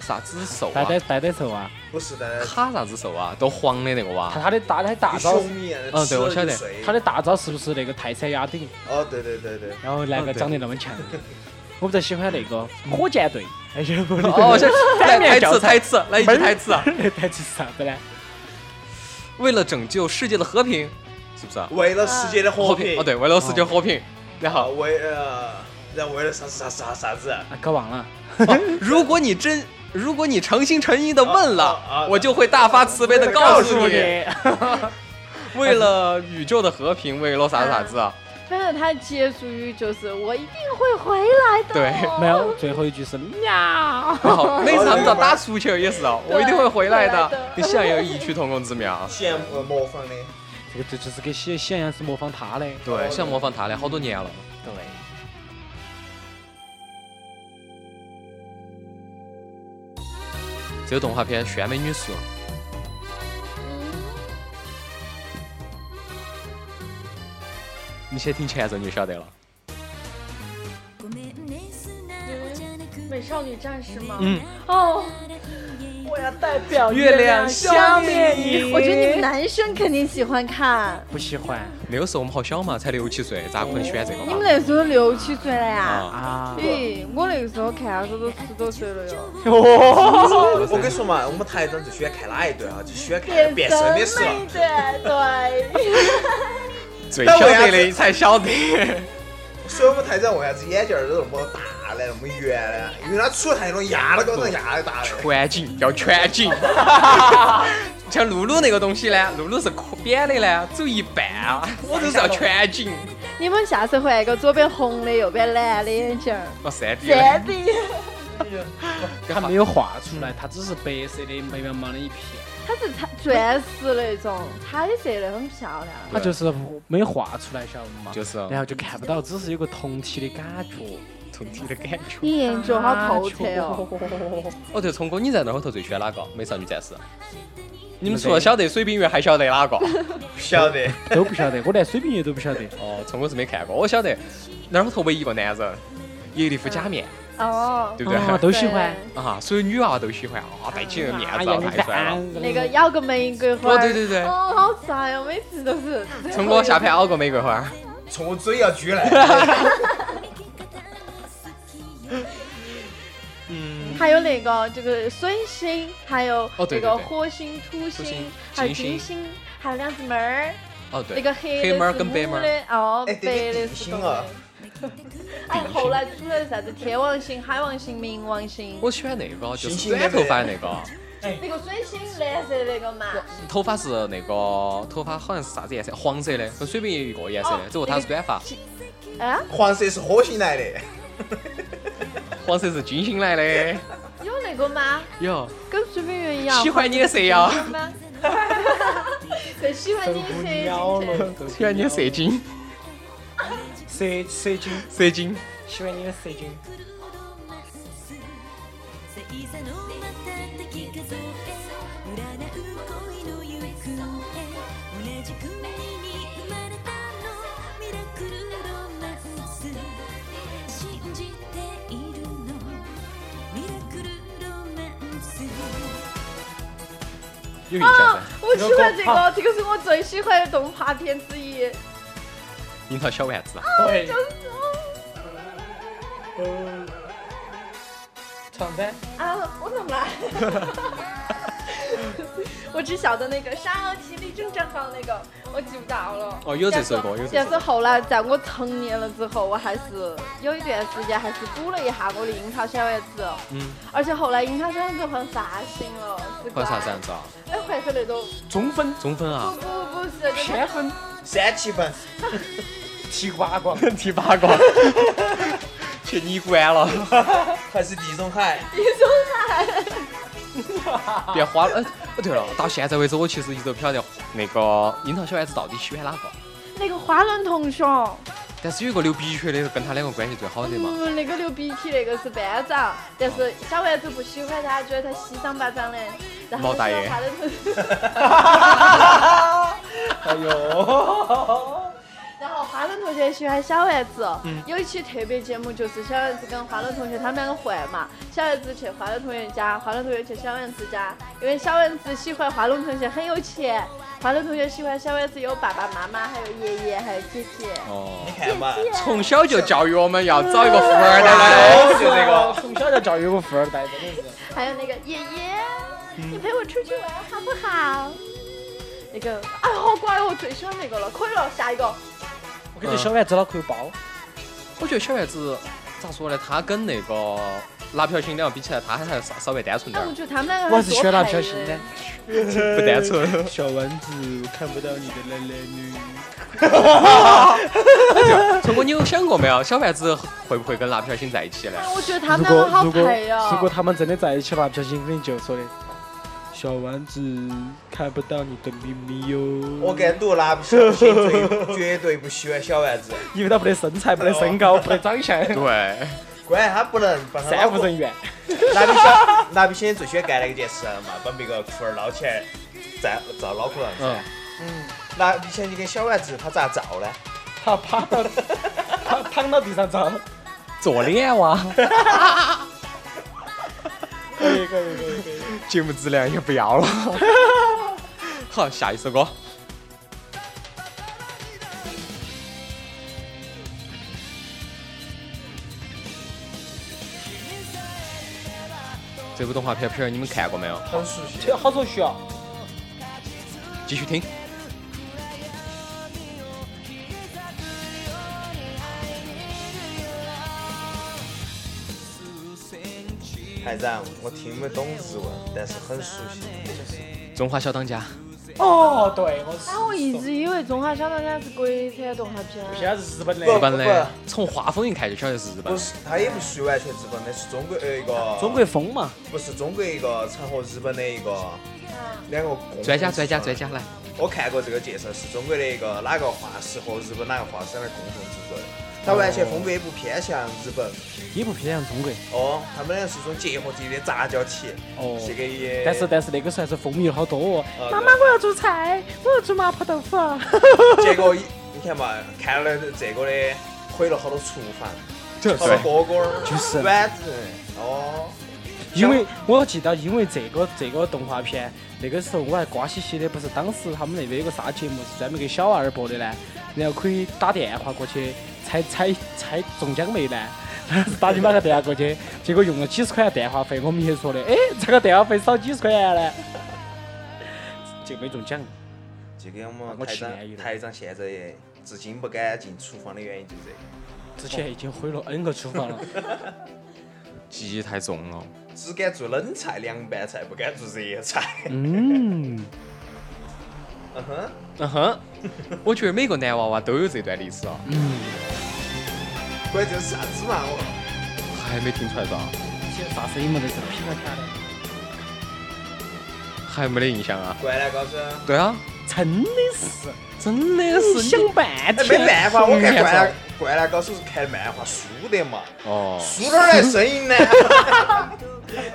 B: 啥子兽
C: 呆
B: 啊？
C: 呆呆呆兽啊，
F: 不是的，
B: 卡啥子兽啊？都黄的那个
C: <laughs> 看
B: 哇，
C: 他的大他的大
F: 跟
C: 招，
F: 熊一样的，
B: 嗯
F: 吃
B: 对我
F: 了
B: 晓
F: 就
B: 得
F: 睡。
C: 他的大招是不是那个泰山压顶，
F: 哦，对对对对，
C: 然后那
B: 嗯
C: 个
B: 对
C: 长得那么强，我们在喜欢那个火箭队，还有我 <laughs> 的
B: 哦，这来
C: 反
B: 台
C: 面
B: 词
C: 教
B: 台 <laughs>
C: 材，
B: 词，来一句台词啊！
C: <laughs> 台词是啥啊子呢？
B: 为了拯救世界的和平，是不是啊？
F: 为了世界的和平
B: 哦，对，为了世界和平。然
F: 啊，
B: 后，
F: 为呃，然后为了啥啥啥啥子？
C: 啊，搞忘了。
B: 哦如果你真，如果你诚心诚意的问
F: 啊啊啊
B: 了，我就会大发慈悲的告诉你，为了宇宙的和平，为了啥子啥子啊？
D: 反正他结束语就是我一定会回来的。
B: 对
C: 没有，最后一句是喵。
B: 然后那场的打足球也是啊，
D: 对
B: 我一定会回来
D: 回来的
B: 的，跟向阳异曲同工之妙。啊
F: 羡慕模仿的，
C: 这个这就是给喜喜羊羊是模仿他的。
B: 对，想模仿他的好多年了。
C: 对。
B: 这个动画片《炫美女士》，你先听前奏你就晓得了。
D: 美少女战士吗？
B: 嗯，
D: <laughs> 哦，我要代表月亮消灭你。我觉得你们男生肯定喜欢看，
C: 不喜欢
B: 那个时候我们好小嘛，才六七岁，咋可能选这个
D: 你
B: 嘛
D: 们？那时候六七岁了呀？
B: 啊，
C: 啊。
D: 咦，我那个时候看啥子都十多岁了哟。
F: 我跟你说嘛，我们台长就喜欢看哪一段啊？就喜欢看变身的时候
D: 妹。子，对，
B: 最晓得的才晓得。
F: 所以我们台长为啥子眼镜儿都那么大嘞，那么圆嘞？因为他杵台那种压到高头压
B: <laughs>
F: 的大嘞。
B: 全景要全景。像露露那个东西呢，露露是扁的呢，只有一半啊，我就是要全景。
D: 你们下次换一个左边红的，右边蓝的眼镜儿，
B: 哦，三 D
D: 这
B: 的，
D: 的。
C: 他没有画出来，它只是白色的白茫茫的一片，
D: 它是彩钻石那种，彩色的，很漂亮。
C: 它就是没有画出来，晓得吗？
B: 就是啊
C: 然后就看不到，只是有个同体的感觉，
B: 通体的感觉。
C: <laughs>
D: 你研究好透彻哦。
B: 哦，对，聪哥，你在那会儿头最喜欢哪个？美少女战士。你们除了晓得水冰月，还晓得哪个？
F: 不晓得，
C: 都不 <laughs> 晓得，我连水平月都不晓得。
B: 哦，聪哥是没看过，我晓得那会儿头唯一一个男人，耶利夫假面，
D: 哦，
B: 对不对？
C: 啊，都喜欢。
B: <laughs> 啊，所有女娃娃都喜欢啊，戴起那个面
C: 哎
B: 罩
C: 呀，你
B: 太帅了。
C: 看
D: 那个咬个玫瑰花。
B: 哦，对对对，
D: 哦，好帅哦，每次都是。
B: 聪哥下盘熬个玫瑰花。
F: 从我嘴要撅来。
B: <laughs>
F: 嗯
D: 还有那个这个水星，还有
B: 哦
D: 这
B: 对对
D: 个
B: 对
D: 火星、土
B: 土
D: 星
B: 星，
D: 还有金
B: 行星
D: 星，还有两只猫儿。
B: 哦，对，
D: 那个
B: 黑
D: 黑
B: 猫
D: 的
B: 儿
D: 是
B: 跟白
D: 母
B: 猫儿
D: 的，哦，
F: 哎
D: 白
F: 对
D: 的
F: 定
D: 是
F: 星
D: 公
F: 啊
D: 的。哎，后来出来啥子天王星、海王星、冥王星，
B: 我喜欢那个，就
F: 星
B: 是
F: 星
B: 短
F: 妹妹
B: 头发那个，
D: 那个水星蓝色的那个嘛，
B: 头发是那个头发好像是啥子颜色，黄色的，跟水瓶一个颜色
D: 哦
B: 的，只不过它是短发，
D: 啊，
F: 黄色是火星来的，
B: 黄色是金星来的。
D: 有那个吗？
B: 哟，
D: 跟水冰月一样。
B: 喜欢你的谁呀？ <laughs>
D: 吗？最喜欢你谁？
B: 喜欢你的射精，
C: 蛇蛇精，
B: 射精。
C: 喜欢你的蛇精。
B: 有印象噻，
D: 哦我喜欢这个，这个是我最喜欢的动画片之一。
B: 樱桃小丸子。啊
C: 对。唱 <laughs> 噻，
D: 啊，我怎么来？ <laughs> 我只晓得那个沙俄奇力正绽放那个，我记不到了。
B: 哦有这首歌有这首歌
D: 但是后来在我成年了之后，我还是有一段时间还是补了一下我的樱桃小丸子。
B: 嗯。
D: 而且后来樱桃小丸子换发型了，是
B: 换啥
D: 怪
B: 子样？子啊？
D: 哎，换成那种
C: 中分、
B: 中分
D: 不
B: 啊，
D: 不不是，就是
C: 偏分、
F: 三七分。
C: 剃瓜光，
B: 第八个， <laughs> 去你管了，
F: 还是地中海，
B: 别花了。哎，哦对了，到现在为止，我其实一直都不晓得那个樱桃小丸子到底喜欢哪个。
D: <laughs> 那个花轮同学，
B: 但是有一个流鼻血的，跟他两个关系最好的嘛。
D: 嗯，那个流鼻涕那个是班长，但是小丸子不喜欢他，觉得他稀长巴掌的，然后
B: 毛大爷
D: 他的同事，
B: <laughs>
F: 哎呦，
C: <laughs>
D: 然后花轮同同学喜欢小丸子，
B: 嗯
D: 有一期特别节目就是小丸子跟花轮同学他们两个换嘛，小丸子去花轮同学家，花轮同学去小丸子家，因为小丸子喜欢花轮同学很有钱，花轮同学喜欢小丸子有爸爸妈妈，还有爷爷，还有姐姐。
B: 哦，
F: 你看
B: <laughs>
F: 嘛，
B: 从小就教育我们要找一个富
C: 哎
B: 二代。
F: 就这个。
C: 从小就教育我富二代，真的是。
D: 还有那个爷爷，
C: 嗯
D: 你陪我出去玩好不好？那个，哎，好乖哦，我最喜欢那个了。可以了，下一个。
C: 我感觉小丸子脑壳有包。
B: 我觉得小丸子咋说呢？他跟那个蜡笔小新两个比起来，他还是稍稍微单纯
D: 哎，
B: 点
D: 我
B: 儿，
D: 觉得他们两个
C: 我还
D: 还
C: 是
D: 多啊
C: 喜欢蜡
D: 配
C: 笔小新的
D: 的。。
B: 不单纯。 <laughs>
I: 小丸子，看不到你的男男女女。
B: 陈哥，你有想过没有，小丸子会不会跟蜡笔小新在一起呢？
D: 哎我觉得他们两个好啊配
C: 啊
D: 呀、
I: 如果他们真的在一起了，不小心跟你就说的，小丸子看不到你的秘密哟。
F: 我跟杜蜡笔小新最绝对不喜欢小丸子，
C: 因为他不得身材，不得身高，不得长相，
B: 对，
F: 关键他啊不能把他
C: 三
F: 老
C: 无
F: 婆
C: 人员。
F: 蜡笔小蜡笔小新最喜欢干的一件事嘛，把别个裤儿捞起来，在照脑壳上噻。嗯，蜡笔小新跟小丸子他咋照呢？
C: 他趴到，他躺到地上照。
B: 做脸哇，
C: 可以可以可以可以。
B: 节目质量也不要了。好，下一首歌。这部动画片片儿你们看过没有？
F: 很熟悉。
C: 这好熟悉啊！
B: 继续听。
F: 海然，我听不懂日文，但是很熟悉。
B: 中华小当家，
C: 哦，对，我是
D: 哎，我一直以为《中华小当家》是国产动画片。
C: 现在是日啊本的。
F: 不
B: 日本的，从画风一看就晓得是日本
F: 不
B: 的。
F: 是，他也不属于完全日本的，是中国呃一个
C: 中国风嘛，
F: 不是中国一个曾和日本的一个两个共同
B: 专家，专家，
F: 市场
B: 专家，来，
F: 我看过这个介绍，是中国的一个哪个画师和日本哪个画师在那儿共同制作的，它完全风格也不偏向日本。
C: 也不偏向中国。
F: 哦，他们俩是一种结合体的杂交体。
C: 哦
F: 这个也。
C: 但是但是那个时候还是风靡了好多哦。
F: 呃
C: 妈妈，我要做菜，我要做麻婆豆腐。啊
F: 结果一你看嘛，看了这个的，毁了好多厨房，好多
B: 对，
F: 锅锅儿，
C: 就是
F: 碗子。哦，
C: 因为我记得，因为这个这个动画片，那个时候我还瓜兮兮的，不是当时他们那边有个啥节目是专门给小娃儿播的呢？然后可以打电话过去猜猜猜中奖没呢？ <laughs> 打你妈个电话过去，结果用了几十块钱电话费，我们也说的，哎，这个电话费少几十块钱呢， <laughs> 就没中奖。
F: 这个我
C: 我
F: 们台
C: 歉意
F: 长
C: 了
F: 台长现在也至今不敢进厨房的原因就是这个，
C: 之前已经毁了 N 个厨房了，
B: 记忆太重了。
F: 只敢做冷菜、凉拌菜，不敢做热菜。
C: 嗯，
F: 嗯哼，
B: 嗯哼，我觉得每个男娃娃都有这段历史啊，
F: 关键是啥子嘛？我
B: 还没听出来吧？
C: 啥声音没得是噼啪啪的，
B: 还没得印象啊？
F: 灌篮高手，哎
B: 对啊，
C: 真的是
B: 真的是你
C: 想半天。
F: 没办法，我看
B: 嗯
F: 灌篮灌篮高手是看漫画书的嘛，
B: 哦，
F: 书哪儿来声音呢？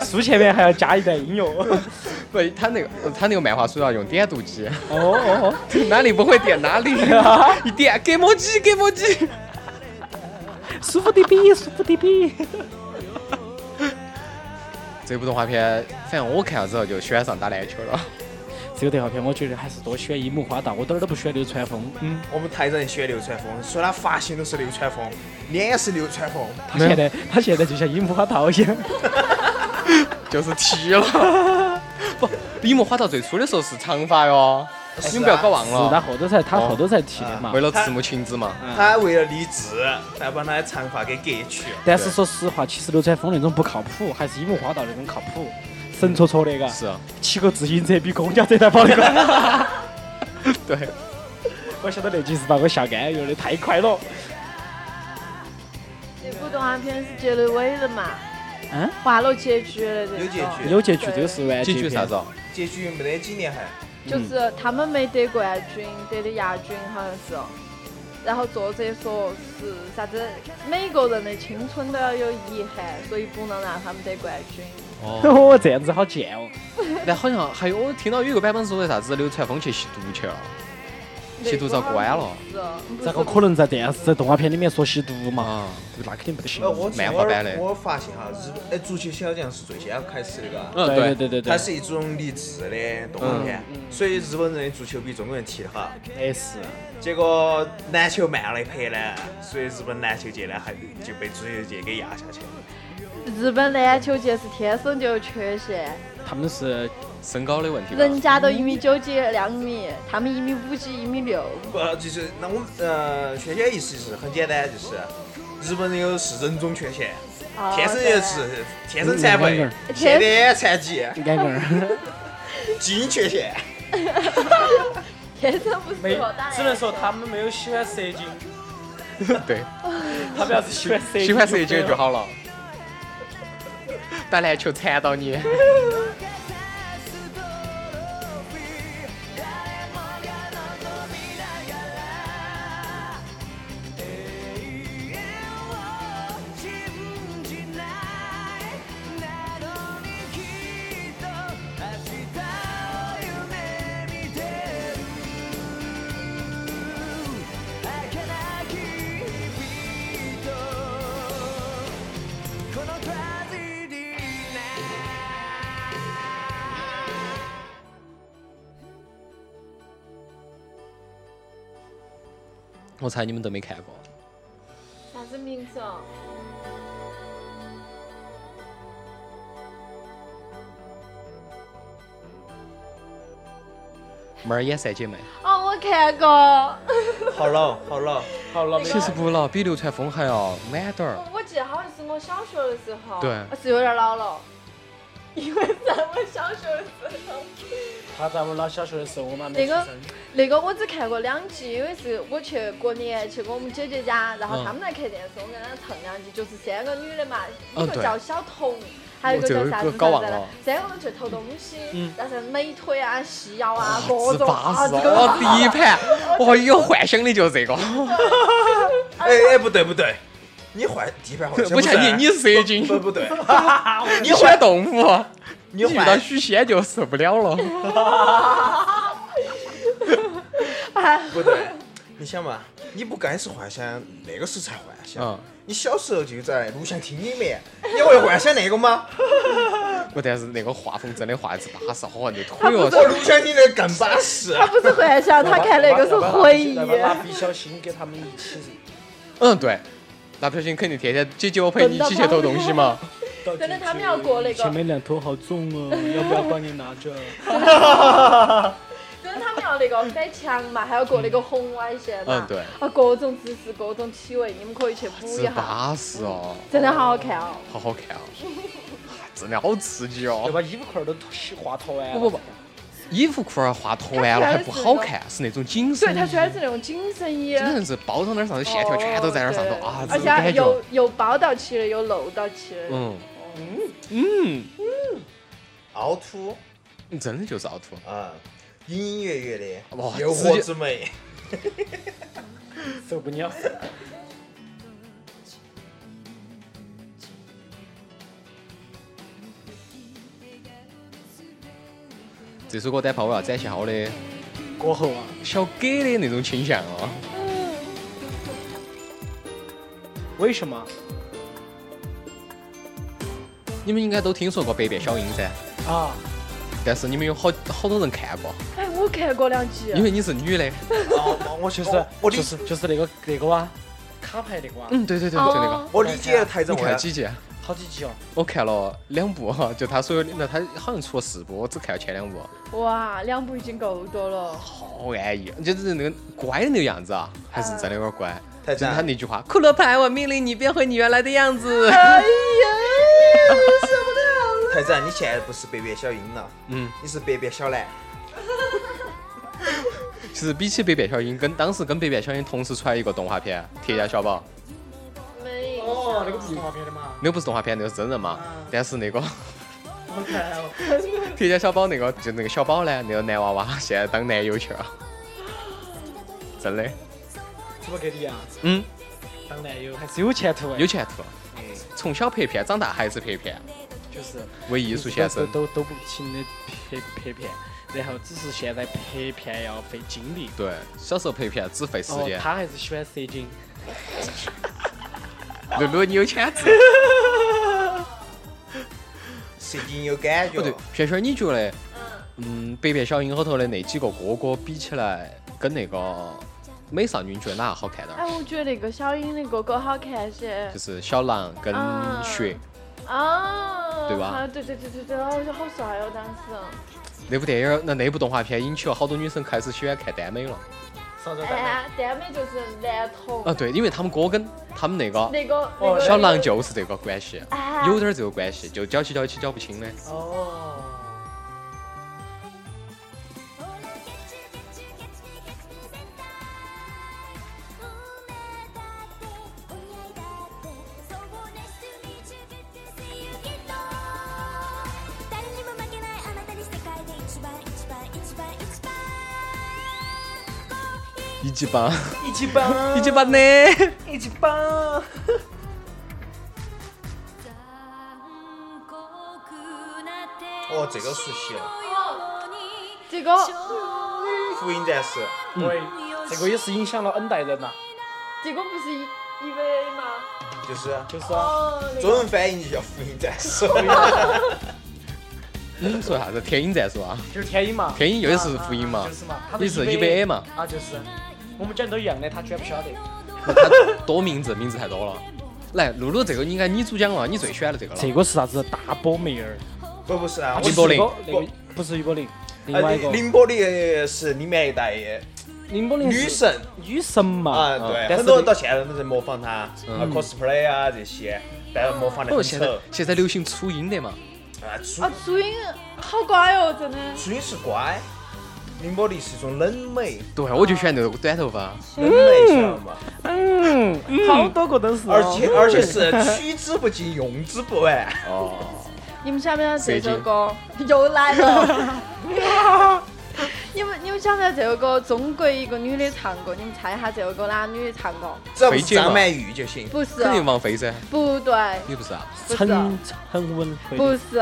C: 书前面还要加一段音乐。哦
B: 不，他那个他那个漫画书要用点读机， <laughs>
C: 哦
B: 哪里不会点哪 <laughs> 里，一点给摸机给摸机。
C: 哦，舒服的比，舒服的比。
B: 这部动画片，反正我看了之后就喜欢上打篮球 <laughs> 了。
C: 这个动画片，我觉得还是多选樱木花道，我点儿都不选流川枫。嗯，
F: 我们台长也喜欢流川枫，说他发型都是流川枫，脸也是流川枫，
C: 他现在他现在就像樱木花道一样。
B: 就是剃了。 <laughs> 不，樱木花道最初的时候是长发哟，你们不要搞忘
C: 是他
B: 了。
C: 后头才他后头才剃的嘛
B: 哎为。了赤木晴子嘛，
C: 嗯
F: 他为了励志，他把他的长发给割去。
C: 但是说实话，其实流川枫那种不靠谱，还是樱木花道那种靠谱，神戳戳的，嘎。
B: 是，啊
C: 骑个自行车比公交车还跑得快。
B: 对，
C: <laughs> 我晓得那集是把我吓干，有的太快了。
D: 这部动画片是结了尾了嘛？
C: 嗯，
D: 画了结局了。这个
F: 有结局
C: 有结局这个是完
B: 结
C: 结
B: 局
C: 篇
B: 啥
C: <laughs>
B: 子？哦？
F: 结局没得几年还，
D: 就是
B: 嗯
D: 他们没得冠军，得的亚军好像是哦。然后作者说是啥子？每个人的青春都要有遗憾，所以不能让他们得冠军。
B: 哦，
C: 哦，这样子好贱哦。
B: 哎那好像还有我听到有一个版本是说啥子流川枫去吸毒去了，吸毒遭关了
D: 了，
C: 咋个可能在电视、在动画片里面说吸毒嘛？
B: 啊！
C: 那肯定不得行
F: 呃，。我从
B: 漫
F: 我
B: 画版的
F: 我发现哈，日本哎，足球小将是最先开始的嘎。
B: 嗯，
C: 对对
B: 对，
C: 对对嗯
F: 它，是一种励志的动画片，所以日本人的足球比中国人踢得好。
C: 哎是，
F: 结果篮球慢了一拍呢，所以日本篮球界呢还就被足球界给压下去了。
D: 日本篮球界是天生就有缺陷，
C: 他们是
B: 身高的问题吧。
D: 人家都一米九几两米，他们一米五几一米六，
F: 不，就是那我们呃，圈圈意思是很简单，就是日本人有是人种缺陷，
I: 啊
D: 哦
F: 天生就，
D: 对
F: 是天生
C: 嗯
F: 残废，先天残疾，
C: 矮个儿，
F: 基因缺陷。
D: 天生不
I: 没
D: 适合打篮球，
I: 只能哎
B: 啊
I: 说他们没有喜欢射精，
B: 对，
I: <laughs> 他们要是喜欢射精，
B: 喜欢射精就。好了。 <laughs> 打篮球缠到你， <laughs> 我猜你们都没看过。
D: 啥子名字哦？
B: 妹儿也三姐妹，
D: 哦，我看过，
F: 好老，好老，
I: 好了，没
B: 其实不老，比流川枫还要晚点儿。
D: 我记得好像是我小学的时候，
B: 对
D: 我是有点老了，因为在我小学的时候。
C: 他在我们老小学的时候，我们还没
D: 那个
C: 出生
D: 那个我只看过两集，因为是我去过年去过我们姐姐家，然后
B: 嗯
D: 他们来看电视，我跟她蹭两集，就是三个女的嘛，
B: 嗯
D: 一个
B: 对
D: 叫小彤，还有一个
B: 我
D: 叫
B: 这个
D: 啥子
B: 搞
D: 啥
B: 忘
D: 子
B: 了
D: 来，三个人去偷东西，但是美腿啊、细腰啊、各
B: 是
D: 种
B: 巴
D: 啊，
B: 适
D: 这个
B: 哦，第一
D: <laughs>
B: 盘，哦，有幻想的就是这个。
F: 哎哎，不对不对，你换地盘换，
B: 我像你，你是射精，
F: 不不对，
B: 你选动物，你
F: 你
B: 遇到
F: 换
B: 许仙就受不了了。
F: 不对，你想嘛，你不该是幻想那个时才幻想
B: 嗯，
F: 你小时候就在录像厅里面，你会幻想那个吗？
B: 不，但是那个画风真的画质巴适，哦，那腿哦，
F: 我录像厅那更巴适。
D: 她不是幻想，她看那个是回忆。
I: 来把蜡笔小新给他们一起
B: 嗯，对，蜡笔小新肯定天天姐姐我陪你一起去偷东西嘛。
I: 倒进去
D: 真的，他们要过那个
C: 前，面两头好重哦，
B: <laughs>
C: 要不要帮你拿着？
D: 真的他们要那个翻墙嘛，还要过那个红外线嘛，
B: 嗯对
D: 啊，各种姿势，各种体位，你们可以去补一
B: 是
D: 下，
B: 巴适哦，
D: 真的好好看哦。
B: 好好看哦，真的好刺激
I: 要
B: 哦。
I: 把衣服裤儿都洗画脱
C: 哎
I: 完了。
B: 不不不，衣服裤儿画脱完了还不好看，是那种紧身
D: 对，他穿的是那种紧身衣，啊
B: 真的是包到那儿上头，线条全都在那儿上头啊
D: 哦，
B: 这
D: 而
B: 种
D: 且还
B: 感
D: 有
B: 觉，
D: 有包到起的，有露到起的。
B: 嗯嗯
F: 凹凸，
B: 嗯，真的就是凹凸。
F: 啊，隐隐约约的
B: 哇
F: 诱惑之美。
C: 受不了。
B: 这首歌单炮我要展现下我的
C: 过后啊，
B: 小给的那种倾向哦。
C: 为什么
B: 你们应该都听说过《百变小樱》噻，
C: 啊？
B: 但是你们有好好多人看过，
D: 哎，我看过两集。
B: 因为你是
D: <laughs>
B: 女的。
F: 哦，我
C: 就
F: 就是我
C: 就
F: 理
C: 是就是那个那个哇，卡牌那个
I: <laughs>
C: 哇，
B: 嗯，对对对，就那个
D: 哦。，
F: 我理解了台长
B: 你
F: 为
B: 看
F: 啥
B: 几集啊？
C: 好几集哦。
B: 我看了两部哈，就他所有的，那他好像出了四部，我只看了前两部，
D: 哇，两部已经够多了。
B: 好安逸，就是那个乖的那个样子啊，还是真的有点乖。
F: 太
B: 就是
F: 赞
B: 他那句话：“骷髅牌，我命令你变回你原来的样子。
D: 哎呀，受不了了。
F: 台长，你现在不是百变小樱了，”
B: 嗯，
F: 你是百变小兰。
B: 其实比起《百变小樱》，跟当时跟《百变小樱》同时出来一个动画片《铁甲小宝》，
D: 没印
I: 哦，那
D: 象。
I: 个不是动画片的嘛，
B: 那个不是动画片，那个是真人嘛。但是那个
I: 啊好看哦。
B: <laughs> 铁甲小宝那个就那个小宝呢，那个男娃娃现在当男友去了，真的，
I: 怎么给你啊？
B: 嗯，
I: 当男友还是有前途哎，
B: 有前途。从小拍片，长大还是拍片，
I: 就是
B: 为艺术献身。
I: 都都都不行的拍拍片，
C: 然后只是现在拍片要费精力。
B: 对，小时候拍片只费时
C: 哦，
B: 间。
C: 他还是喜欢射精。
B: 露露，你有潜质。
F: 射精有感觉
B: 哦，对，轩轩，你觉得，嗯，百变小樱后头的那几个哥哥比起来，跟那个美少女，你觉得哪个好看点
D: 哎，
B: 儿？
D: 我觉得那个小樱的哥哥好看些
B: 就是小狼跟
D: 啊
B: 雪
D: 啊，
B: 对吧
D: 啊对对对对对，我觉得好帅哦，当时。
B: 那部电影儿，那那部动画片引起了好多女生开始喜欢看耽美了。
E: 啥子
D: 哎呀，耽美就是男同
B: 啊，对，因为他们哥跟他们那个
D: 那个那
C: 哦
D: 个
B: 小狼就是这个关系，
D: 哎
B: 有点儿这个关系，就搅起搅起搅不清的。
C: 哦。
G: 誰にも負けないあなたに世界で一番一番一番一番
B: 一级棒，
I: 一起帮
B: <laughs> 一级棒呢？
I: 一起帮。
F: 哦，这个熟悉了，
D: 这个
F: 《福音战士》
C: 对，这个也是影响了 N 代人呐，
D: 这个不是一一位吗？
F: 就是
C: 就是啊，
D: 哦，那
F: 中
D: 个
F: 文翻译就叫《福音战士》。
B: 你嗯说啥子？天鹰战士吧？
C: 就是天鹰嘛，
B: 天鹰又是福音嘛
C: 就？是嘛，他
B: 也是 EVA 嘛？
C: 啊，就是，我们讲都一样的，他居然不晓得。
B: 他多名字，名字太多了。来，露露，这个应该你主讲了，你最喜欢的这个了。
C: 这个是啥子大波妹儿？
F: 不不是啊，
B: 林
F: 我
B: 柏林
C: 那个不是于柏林，另
F: 呃
C: 外一个
F: 林林柏林是里面一代
C: 林柏林是
F: 女神
C: 女神嘛
F: 啊，，对，
C: 但
F: 很
C: 是
F: 多人
C: 那
F: 到现在都在模仿她啊，cosplay 啊这些，但是模仿的
B: 哦，
F: 很
B: 现在
F: 丑
B: 现在流行初音的嘛？
F: 啊，初
D: 啊，初音好乖哦，真的。
F: 初音是乖，林柏林是一种冷美，
B: 对，啊我就喜欢那个短头发。
F: 冷美晓得吗？
C: 好多个都是哦。
F: 而且而且是取之不尽，用之不啊完。
B: 哦，
D: 你们晓不晓得这首歌又来了？你们你们晓不晓得这首歌中国一个女的唱过？你们猜一下这首歌哪个女的唱过？
F: 只要不是张曼玉就行。
D: 不是啊
B: 肯，定王菲噻，
D: 不对，
B: 你不是啊？
D: 不
C: 陈
D: 是，
C: 陈文慧
D: 不是，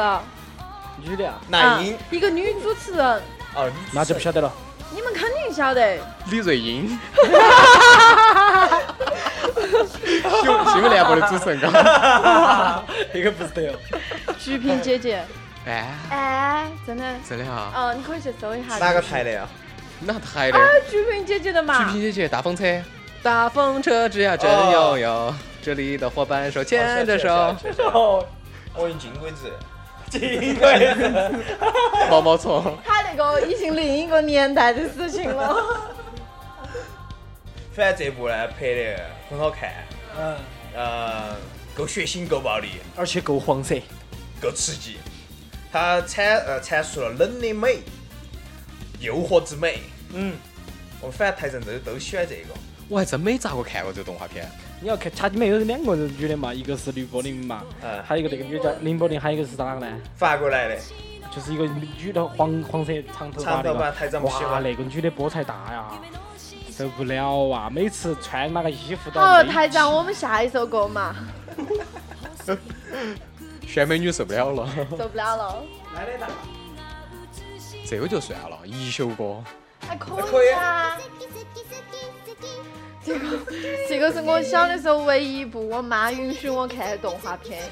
C: 女的啊，
F: 那英
D: 啊一个女主持人，
F: 哦，你
C: 那就不晓得了。
D: 你们肯定晓得。
B: 李瑞英。新新闻联播的主持人刚。 <laughs>
C: 那个不是得哦。
D: 徐萍姐
F: <laughs>
D: 姐，
B: 哎，
D: 哎，真的，
B: 真的啊？
D: 哦，你可以去搜一下。
F: 哪个台的呀？
B: 哪台的
D: 啊？，徐萍姐姐的
B: 去
D: 嘛
B: 萍。姐姐大风车，哦大风车只要真有有，这里的伙伴手牵着手，
C: 哦，
F: 我用金 <laughs> 龟子。
C: 金龟子，
B: 毛毛虫。
D: 她那个已经另一个年代的事情了。 <laughs>
F: 反正这部呢拍的很好看，
C: 嗯，
F: 呃，够血腥，够暴力，
C: 而且够黄色。
F: 够刺激。它阐呃阐述了冷的美、诱惑之美。
C: 嗯，
F: 我们反正台上都都喜欢这个。
B: 我还真没咋个看过这个动画片。
C: 你要看，它里面有两个女的嘛，一个是吕柏林嘛，
F: 嗯，
C: 还有一个那个女叫林柏林，还有一个是哪个呢？
F: 发过来的，
C: 就是一个女的黄黄色长头发
F: 长
C: 那
F: 头发
C: 个。
F: 台长不喜
C: 哇，
F: 欢。
C: 那个女的波才大呀，受不了啊！每次穿那个衣服都
D: 好，
C: 要勒
D: 哦台
C: 起
D: 长，我们下一首歌
B: <laughs>
D: 嘛，
B: 选美女受不了了，
D: 受不了了。
B: 这个就算了。一休哥，
D: 还哎可以啊。这个这个是我小的时候唯一一部我妈允许我看的动画片，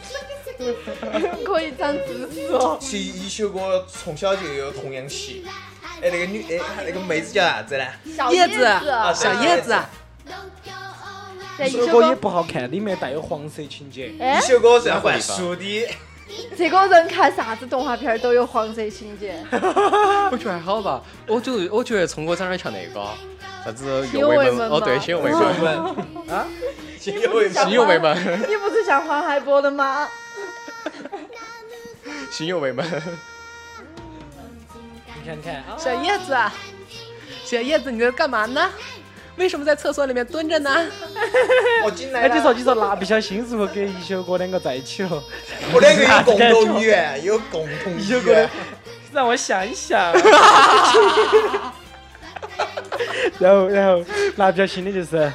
D: 可以长知识哦。
F: 其实一休哥从小就有童养媳。哎，那个女，哎，那个妹 <laughs> 子叫啥子呢？
D: 小叶子，
F: 啊，小叶子。
D: 对，一
C: 这
D: 首
C: 个也
D: 歌，
C: 不好看，里面带有黄色情节。
D: <laughs> 哎
F: 一，休哥是要换书的。
D: 这个人看啥子动画片儿都有黄色情节，
B: 我觉得还好吧。我觉得我觉得聪哥长得像那个啥子
D: 新
B: 右卫
D: 卫
B: 门
D: 门嗯
B: 哦，
D: 吗
B: 对，新右卫门，
C: 啊
F: <laughs> 啊因为
B: 新右卫门，
D: <laughs>
B: <laughs>
D: 你不是像黄海波的吗？
B: 新右卫门。
C: 你看看啊，
D: 小叶子，
B: 小叶子，你在干嘛呢？为什么在厕所里面蹲着呢？
F: 我进来
C: 哎，
F: 了。
C: 你说你说蜡笔小新是不是跟一休哥两个在一起了？
F: 我两个
C: 啊
F: 有共同语言，有共同语
C: 有个
F: 言。
C: <laughs> 让我想一 <laughs> 想。然后，然后蜡笔小新的就是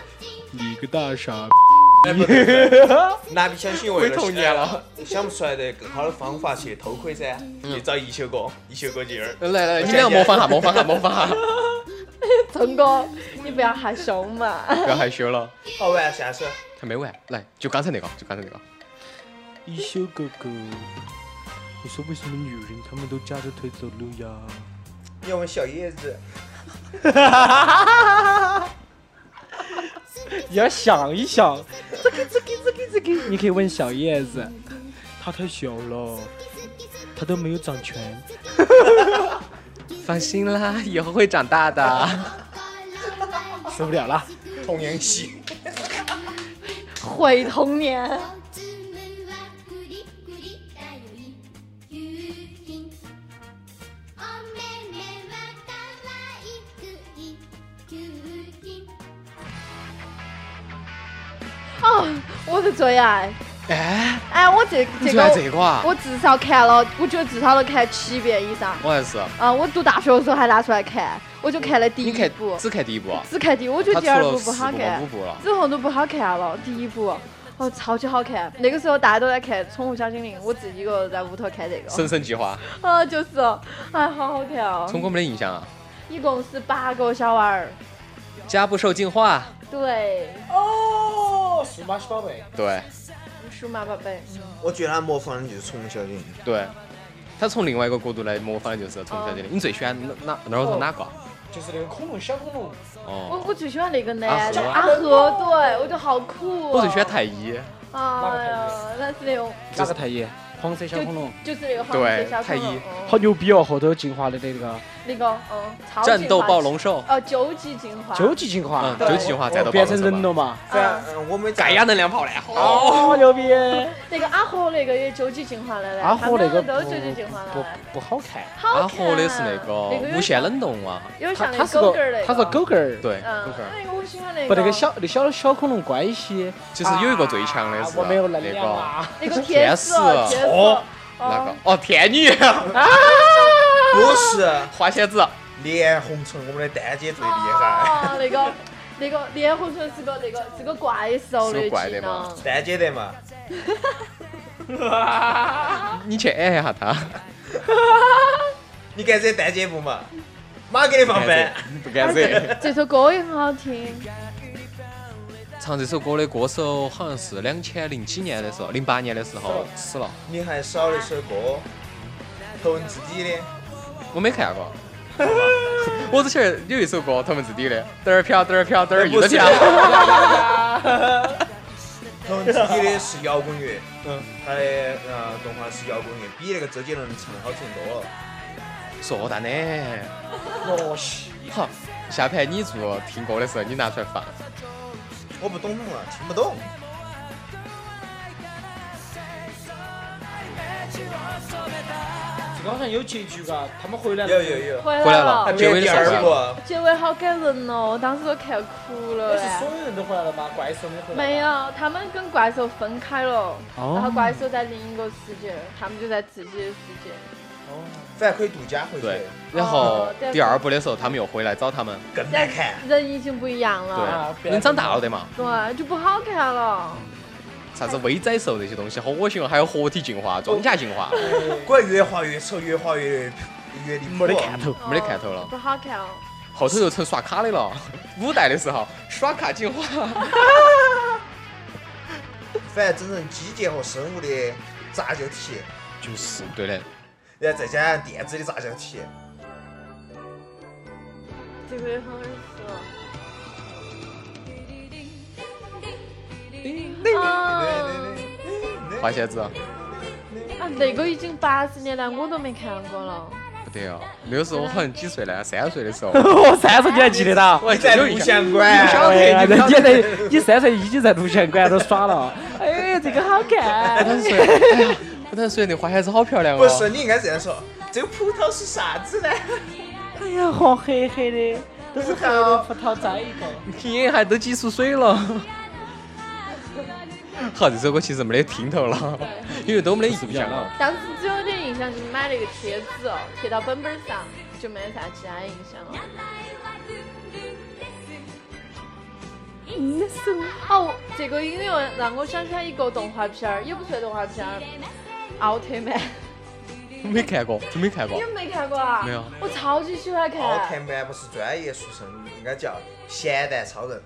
C: 你个大傻逼，
F: <laughs> 蜡笔小新为
B: 回
F: 了
B: 童年了，
F: 想不出来的更好的方法去偷窥噻，哎就找一休哥，一休哥就是
B: 来来，你们俩模仿下，模仿下，模仿 <laughs> 下，
D: 聪哥，你不要害羞嘛。
B: 不要害羞了，
F: 好玩下手。
B: 还没完，来，就刚才那个，就刚才那个，
I: 一休哥哥，你说为什么女人她们都夹着腿走路呀？
F: 要问小叶子，
C: 你要想一想，这个这个这个这个，你可以问小叶子，
I: 她太小了，她都没有长全。
B: 放心啦，以后会长大的。
C: 受不了了。
F: 童年期，
D: 毁童年。
G: ズムはグリグリだよい夕日お目目は可愛くい夕日
D: 哦，我的最爱。
B: <laughs> 哎，
D: 哎，我这
B: 你
D: 这
B: 喜欢
D: 个
B: 这个啊？
D: 我至少看了，我觉得至少都看七遍以上。
B: 我也是，
D: 啊，我读大学的时候还拿出来看，我就看了第
B: 你
D: 一
B: 看
D: 部，
B: 只看第一部啊，
D: 只看第一，我觉
B: 他
D: 得
B: 出
D: 第二
B: 了
D: 部
B: 四
D: 不
B: 部
D: 好
B: 吗
D: 看
B: 五，部了。
D: 之后都不好看了。第一部，哦，超级好看。那个时候大家都在看《宠物小精灵》，我自己一个人在屋头看这
B: 神
D: 个，
B: 圣计划，
D: 啊，就是哦，哎，好好看哦。
B: 聪哥没得印象啊。
D: 一共是八个小娃儿，
B: 家不受进化，
D: 对，
B: 对
D: 数码宝贝，
F: 我觉得他模仿的就是宠物小精灵。
B: 对，他从另外一个角度来模仿的就是《宠物小精灵》。你最喜欢哪哪哪个哪个？
I: 就是那个恐龙小恐龙，
D: 我
B: 哦，
D: 我最喜欢那个男的
B: 阿
D: 阿和，对我觉得好酷、哦。
B: 我最喜欢太一，
D: 哎呀，那是那种
C: 哪个太医？黄色小恐龙，
D: 就是那个黄色小恐
B: 对太
D: 龙
B: 一，
D: 嗯
C: 好牛逼哦！后头进化的那个
D: 那个嗯，超进化
B: 战斗暴，龙兽，
D: 哦，九级进化，
C: 究极进化
B: 嗯，，九级进化战斗暴
C: 哦变
B: 龙
C: 成
B: 兽
C: 人了
B: 嘛。
C: 嘛？
F: 反正我们
B: 盖亚能量炮嘞，好，
C: 好牛逼！
D: 那个阿和那个也九级进化了嘞，
C: 阿火那个
D: 他们都
C: 不
D: 九级进化了
C: 不
D: 嘞，
C: 不好看，
D: 好
B: 阿
D: 看。
B: 和啊的是那
D: 哦那个
B: 个
D: 有
B: 无限冷冻啊，
D: 有点
C: 它
D: 像
C: 它
D: 那
C: 是
D: 狗狗儿那
C: 个它是狗狗儿，，
B: 对，
D: 嗯
B: 狗狗，儿
D: 那个我喜欢那个，
C: 不那个小那小小恐龙关系，啊
B: 就是有一个最强的是
C: 我没有
B: 那
C: 能量
B: 个
C: 啊！
D: 那个天使哦，
B: 天
D: 天使
B: 使哦
D: 哦，
B: 哪个？哦，天女，
F: 不是
B: <laughs> 花仙子，
F: 脸红唇，我们的丹姐最厉害。
D: 哦，那个那个莲红唇是个那个是个怪兽
B: 是个
D: 的
B: 怪的
D: 技
B: 嘛
D: 能。
F: 丹姐的嘛，
B: 你去哎挨一下他，
F: 你敢惹丹姐不嘛？马给你放翻。
B: 不敢 <laughs> 惹。
D: 这首歌也很好听，
B: 唱这首歌的歌手好像是两千零几年的时候，零八年的时候死了，
F: 你还少了一首歌，头文字 D 的，
B: 我没看过。 <laughs> 我之前有一首歌，他们自己的，嘚儿飘嘚儿飘嘚儿一直飘。
F: 头文字 D 的是摇滚乐，嗯，他的呃动画是摇滚乐，比那个周杰伦唱的好听多了。
B: <laughs> 说的呢。好，下盘你做听歌的时候，你拿出来放。
F: 我不懂啊，听不懂。
I: 这个好像有结局嘎，他们回来
F: 有有有，
D: 回
B: 回来
D: 来
B: 了
D: 了
F: 他。
B: 结尾
F: 编
B: 的
F: 第
B: 时候
F: 二啊个，
D: 结尾好感人哦，我当时都看哭了
I: 但是所
D: 哎。
I: 有人都回来了吗？怪兽没回来？
D: 没。有，他们跟怪兽分开了，
B: 哦
D: 然后怪兽在另一个世界，他们就在自己的世界。
F: 反正可以度假回去，
B: 哦对，然后第二部的时候，他们又回来找他们。
F: 更难看。
D: 人已经不一样了，
B: 对，人长大了的嘛，
D: 对，就不好看了。
B: 啥子微仔兽这些东西好恶心哦，还有活体进 <laughs> 化、装甲进化，
F: 果然越画越丑，越画越越离谱
C: 没得。看头，
B: 没得看头了
D: 不好看哦。
B: 后头又成刷卡的了。 <laughs> 五代的时候刷卡进化，
F: 反正整成机械和生物的杂交体，
B: 就是对的。
F: 然后再加上电子的杂交体，
D: 这个也很耳熟。啊，
B: 花仙子
D: 啊，那个已经八十年代我都没看过了。
B: 不对哦，那个时候我好像几岁呢？三岁的时候，
C: <laughs> 我三十你还记得到？
B: 我还
F: 在
B: 有
F: 录
B: 印象。
F: 像馆。
B: 小黑
C: 哎，
B: 你
C: 人
B: 不
C: 家
B: 要
C: 在你三岁已经在录像馆都耍
B: <laughs>
C: 了，哎，这个好
B: 我
C: 看。
B: 当时说，哎呀，我当时说那花仙子好漂亮哦。
F: 不是，你应该这样说，这个葡萄是啥子呢？
C: 哎呀，黄黑黑的，都是黑的葡萄摘一个。
B: 你还都挤出水了。好，这首歌其实没得听头了，因为都没得印象了。
D: 当时只有点印象就是买那个贴纸哦，贴到本本上，就没啥其他印象了。
G: 「
D: 嗯
H: 音色。
D: 哦，这个音乐让我想起来一个动画片儿，也不算动画片儿，《奥特
F: 哦
D: 曼》。
B: 没看过，真没看过
D: 你。们没看过啊？
B: 没有。
D: 我超级喜欢看。
F: 奥
A: 啊
F: 特曼不是专业出身，应该叫咸蛋超
A: <laughs>
F: 人。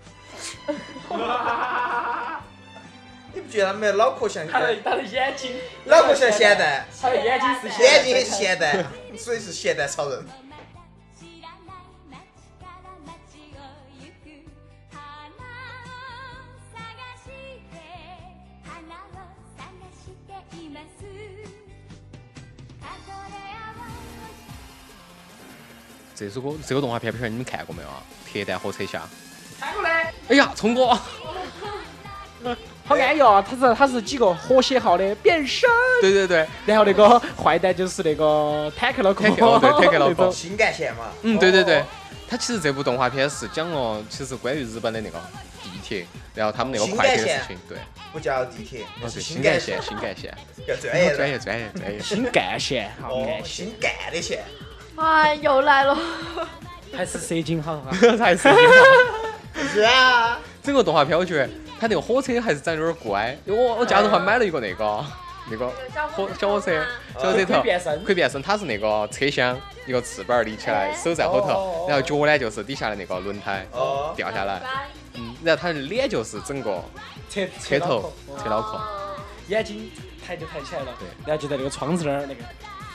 F: 你不觉得他们脑壳像
A: 他的他的眼睛，
F: 脑壳像咸蛋，
A: 他的
D: 哎
A: 眼睛是
F: 眼睛也是咸蛋，所以是咸蛋超人。
B: 这首歌这个动画片，不晓得你们看过没有啊？铁蛋火车侠。看过嘞。哎呀，聪哥，
C: 好安逸哦，他是他是几个和谐号的变身，
B: 对对
F: 哦
B: 对，
C: 然后那个坏蛋就是那个坦克老哥，
B: 坦
C: <laughs>
B: 克老哥对坦克老哥
C: 那种
F: 新干线嘛，
B: 嗯，对对对，他其实这部动画片是讲了，其实关于日本的那个地铁，然后他们那个快铁的事情，对，
F: 不叫地铁，
B: 哦
F: 那是
B: 对，
F: 新
B: 新
F: 干
B: 干
F: 线哎
B: 线，，新干线，
F: 要专业
B: 哦
F: 的
B: 专。业专业专业， <laughs>
C: 新干线，好
F: 哦
C: 安，逸，
F: 新干的线，
D: 哎，又来了。
C: 还是蛇精好啊。
B: 还是一样
F: 是啊，
B: 整个动画片，我觉得他那个火车还是长得有点乖，因为我我家头还买了一个那个那个火小火车，小火车头
C: 变身
B: 可以变身，它是那个车厢一个翅膀立起来，手在后头，然后脚呢就是底下的那个轮胎
F: 哦
B: 掉下来，嗯，然后他的脸就是整个
C: 车
B: 车头车脑壳，
C: 眼睛抬就抬起来了，
B: 对
C: 然后就在那个窗子那儿那个，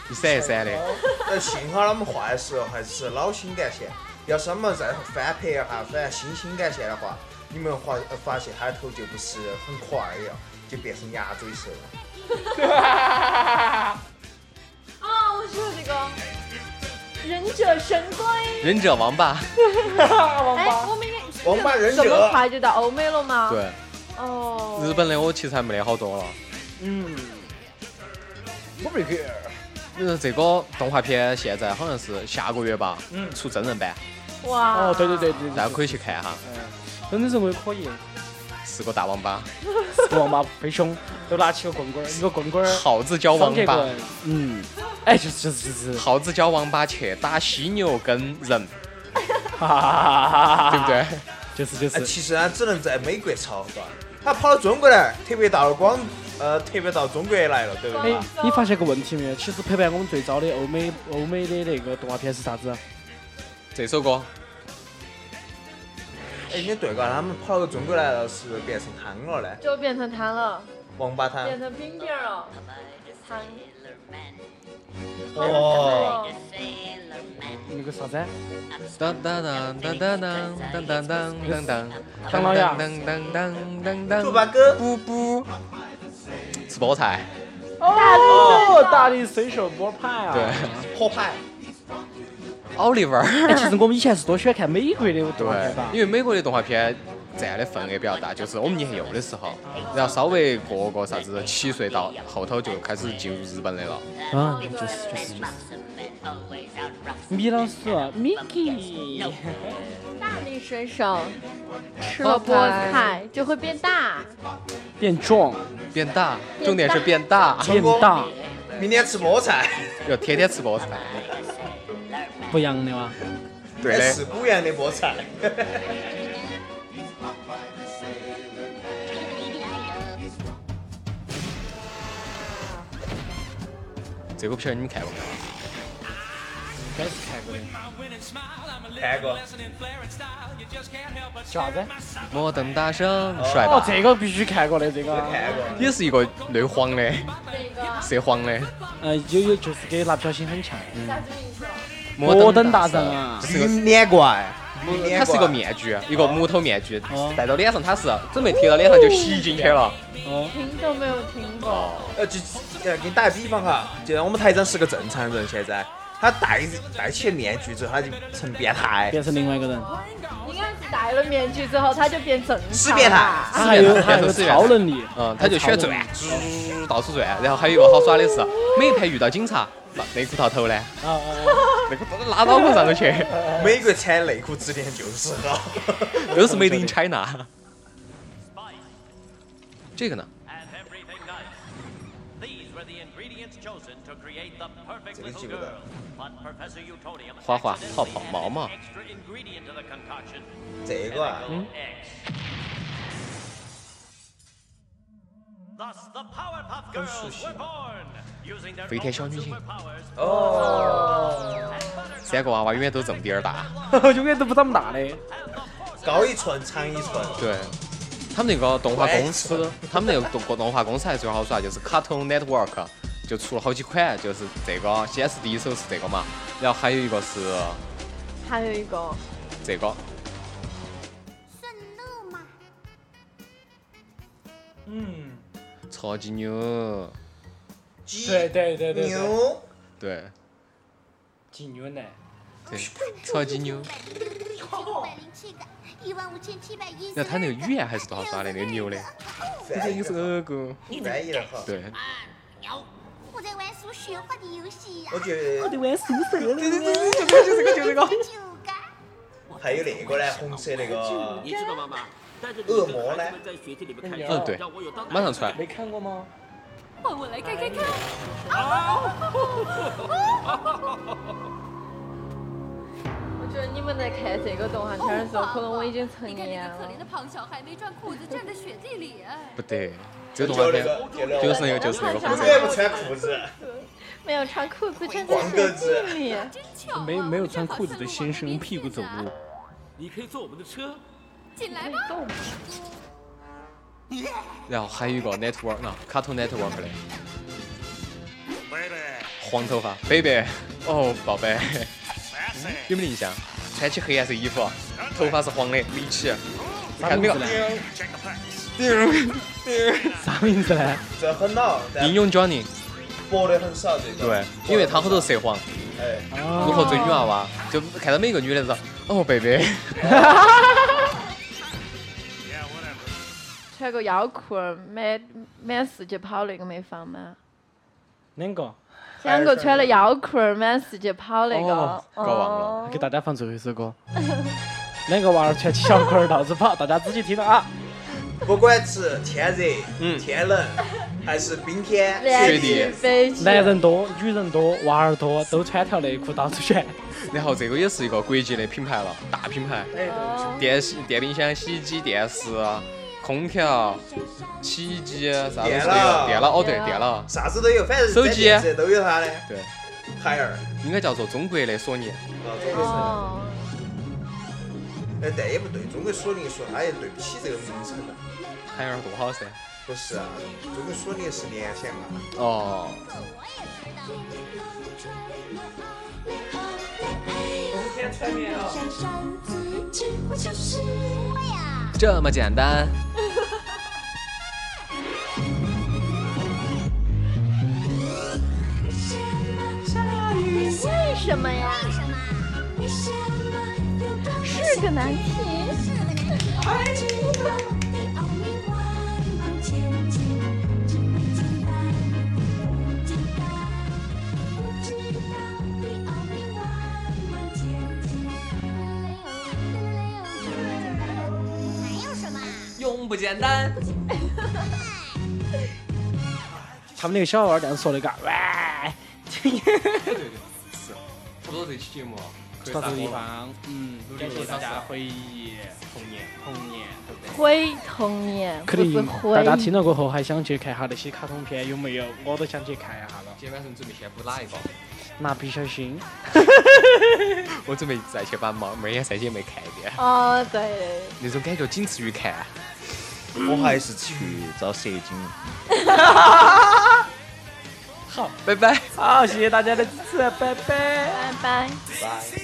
B: 一闪一闪的，
F: 呃那幸好他们画的时候还是老新干线，要是他们再翻拍一下翻新新干线的话，你们发发现它的头就不是很可爱了，就变成鸭嘴兽了。
D: 啊，我喜欢这个。忍者神龟，
B: 忍者王八，
D: 哎，我明天
F: 王八忍
D: 这么
F: 者，
D: 快就到欧美了吗？，
B: 对，
D: 哦，
B: 日本的我其实还没得好多了。
C: 嗯，
F: 我没给。
B: 呃，这个动画片现在好像是下个月吧，出真人版，
D: 哇，
C: 哦，对对对，对，
B: 啊大家可以去看哈。
C: 真的是我也可以，
B: 四个大王八，
C: 是王八飞熊都拿起个棍棍儿，一个棍棍儿
B: 耗子教王
C: 双截
B: 八，
C: 棍，嗯，哎，就是就是就是，
B: 耗子教王八去打犀牛跟人，
C: 哈哈哈哈哈，
B: 对不？对？
C: 就是就
F: 哎，
C: 是，
F: 其实呢，只能在美国抄到，他跑到中国来，特别到了广，呃，特别到中国来了，对不
C: 哎
F: 对？，
C: 你发现个问题没有？其实陪伴我们最早的欧美欧美的那个动画片是啥子？啊
B: 这首歌
F: 哎，你对个，他们跑到中国来了，是不是变成汤了呢？
D: 就变成它了，
F: 王八
C: 啊
F: 汤。
D: 变成冰冰了，糖，哦，
F: 哦，
C: 那个啥子？啊
B: 当当当当当当当当当当当，
C: 唐老鸭
B: 当当当当当，
F: 猪八哥
B: 不不，吃菠菜，
C: 啊哦，大力水手摸牌啊！
B: 对，
F: 火牌。
B: 奥利
C: <laughs>
B: e
C: 哎，其实我们以前是多喜欢看美国的动画片吧
B: 对，因？为美国的动画片占的份额比较大，就是我们年幼的时候，然后稍微过个啥子七岁到后头就开始进入日本的了。
C: 啊，就是就是就是。米老鼠，Mickey，
D: 大力水手吃了菠菜就会变大，
C: 变壮，
B: 变大，重点是变大，
C: 变大，
F: 明天吃菠菜，
B: 要天天吃菠菜。
C: 不一样的哇！
B: 对
F: 哎 <laughs>
B: 的，
F: 是古阳的菠
C: <laughs>
F: 菜。
B: 这个片你们看过没有？
C: 该是看过的。
F: 看过，
C: 叫啥子？
B: 摩登大圣帅
C: 哦，
B: 吧？
C: 这个必须看过的，这个。 <laughs>
F: 看过。
B: 也是一个内黄的，
D: 这个
B: 涉黄的
C: 呃，有有就是跟蜡笔小新很像。
D: 啥子名字？
C: 摩登大
B: 圣
C: 圣啊
B: 是个
F: 脸怪，
B: 它是一个面具，啊一个木头面具，戴到脸上，它是准备贴到脸上就吸进去了。
C: 哦，
D: 听都没有听过，
F: 呃，就呃，给你打个比方哈，就像我们台长是个正常人，现在他戴戴起面具之后，他就成变态，
C: 变成另外一个人。
B: 啊
D: 应该是戴了面具之后他就变正常
F: 识别
D: 了
F: 它。
C: 他还有
B: 是的
C: 他还有
B: 是的
C: 超能力，
B: 嗯，他就喜欢
C: 超能
B: 转
C: 力，
B: 嘟到处转。然后还有一个好耍的是，每一盘遇到警察，把内裤套头呢，
C: 啊啊啊！
B: 内裤都拉脑壳上头去，
F: 美国产内裤质量就是 <laughs> 好。
B: 都是 Made in China。这个呢？
I: and everything nice. These were the ingredients chosen to create the perfect
F: Did
I: little
F: you do that?
I: girl. But Professor Utonium
B: 花花
I: accidentally
B: 泡泡毛嗯
I: added
B: 毛
I: an extra ingredient to the concoction.
F: 这个啊，
I: Eggs.
B: 跟熟悉。飞天小女警。
F: 哦，
B: 三个娃娃永远都这么点儿大。
C: <laughs> 永远都不长不大的。
F: 高一寸，长一寸。
B: 对，他们那个动画公司
F: 喂，
B: 他们那个动动画公司还最好耍，就是 Cartoon Network，就出了好几款，就是这个先是第一首是这个嘛，然后还有一个是
D: 还有一个
B: 这个，
G: 顺路嘛，
H: 嗯，
B: 超级牛，
F: 鸡
H: 对对对对对，
F: 牛，
B: 对
H: 挤牛奶，
B: 对，超级牛。
G: 九百零七个，一万五千七百一十。
B: 然后他那个语言还是多好耍的，那个牛的，
F: 翻译
B: 这个
F: 的
B: 狗，
F: 翻译的好。
B: 对，
G: 我在玩数学化的游戏呀、
F: 我觉得
G: 九个，
F: 还有那个呢，红色那个
I: 你知道吗，妈？带着你
F: 恶
I: 跟
F: 魔
I: 孩
F: 呢
I: 子们在雪地里面
H: 跟
I: 看
H: 鸟
I: 雪，
H: 儿
B: 嗯对
I: 让我有当
B: 马上出来，
H: 没看过吗？
A: 换我来开开看。
D: 我觉得你们在看这个动画片的时候，可能我已经成
A: 你看那
D: 年
A: 个可
D: 了
A: 怜。的胖小孩，没穿裤子，站在雪地里。啊
B: 不得，这个动画片
F: 就那个
B: 就是那个就是那个红
F: 永
B: 色
F: 远
B: 的，
F: 不穿裤子，
D: 没有穿裤子站在
F: 光
D: 雪
F: 个子
D: 地里，
A: 真巧啊！
C: 没没有穿
A: 我正好
C: 裤子的
A: 顺路往
C: 先生
A: 那边
C: 屁股走
A: 进来
C: 路，
I: 你可以坐我们的车，
A: 进来吧。
D: 动
B: 然后还有一个 Network 啊，Cartoon Network 的，黄头发，baby，哦，宝贝，有没有印象？穿起黑颜色衣服，头发是黄的，立起，你看那个，
C: 啥名字呢？
F: 这很老，但
B: 英勇 Johnny，
F: 播的很少这个。
B: 对，因为他好多涉黄，
F: 哎，
B: 如何追女娃娃，就看到每个女的都，哦，baby，
D: 穿个腰裤儿满满世界跑那个没放吗？
H: 两个，
D: 两个穿了腰裤儿满世界跑那个
C: 哦，
B: 搞忘了
D: 哦
C: 给大家放最后一 <laughs> 首歌。两个娃儿穿起小裤儿到处跑，大家仔细听了啊！
F: 不管是天
B: 嗯
F: 热、天冷，还是冰天
D: 连
B: 雪
F: 地，
D: 体
B: 地
D: 飞机，
C: 男人多，女人多，娃儿多，都穿条内裤到处选。
B: <laughs> 然后这个也是一个国际的品牌了，大品牌，电洗电冰箱、洗衣机、电视、啊空调、洗衣机，啥都是
F: 电
B: 都有，
F: 脑
B: 电脑，哦对，
D: 电脑
B: 电脑，
F: 啥子都有，反正
B: 手机
F: 这都有它的。
B: 啊对，
F: 海尔，
B: 应该叫做中国的索尼。
F: 啊，中国车。
D: 哦，
F: 哎，但也不对，中国索尼说他也对不起这个名称了。
B: 海尔多好噻！
F: 不是啊，中国索尼是联想啊。
B: 哦，
G: 对呀、
B: 这么简单。
G: 为什么呀？为什么？是个难题。还有什么？
B: 永不简单。
C: 他们那个小娃儿这样说那个，哇，
B: 对对对，是。差不多这期节目可以
C: 到
B: 撒
C: 这个
B: 播
C: 地
B: 了。
C: 方，嗯，感谢大家回忆童年，童年，对不对？
D: 回童年，
C: 肯
D: 不是
C: 定
D: 回
C: 大家听了过后还想去看下那些卡通片有没有？我都想去看一下了。
B: 今天晚上准备先补哪一个？
C: 蜡笔小新，
B: 我准备再去把《猫妹眼三姐妹》看一遍，
D: 哦，对，
B: 那种感觉仅次于啊看。
F: 我还是去找
B: <laughs>
F: 蛇精。
B: 拜拜。
C: 好，谢谢大家的支持，拜拜。
D: 拜拜。
F: 拜。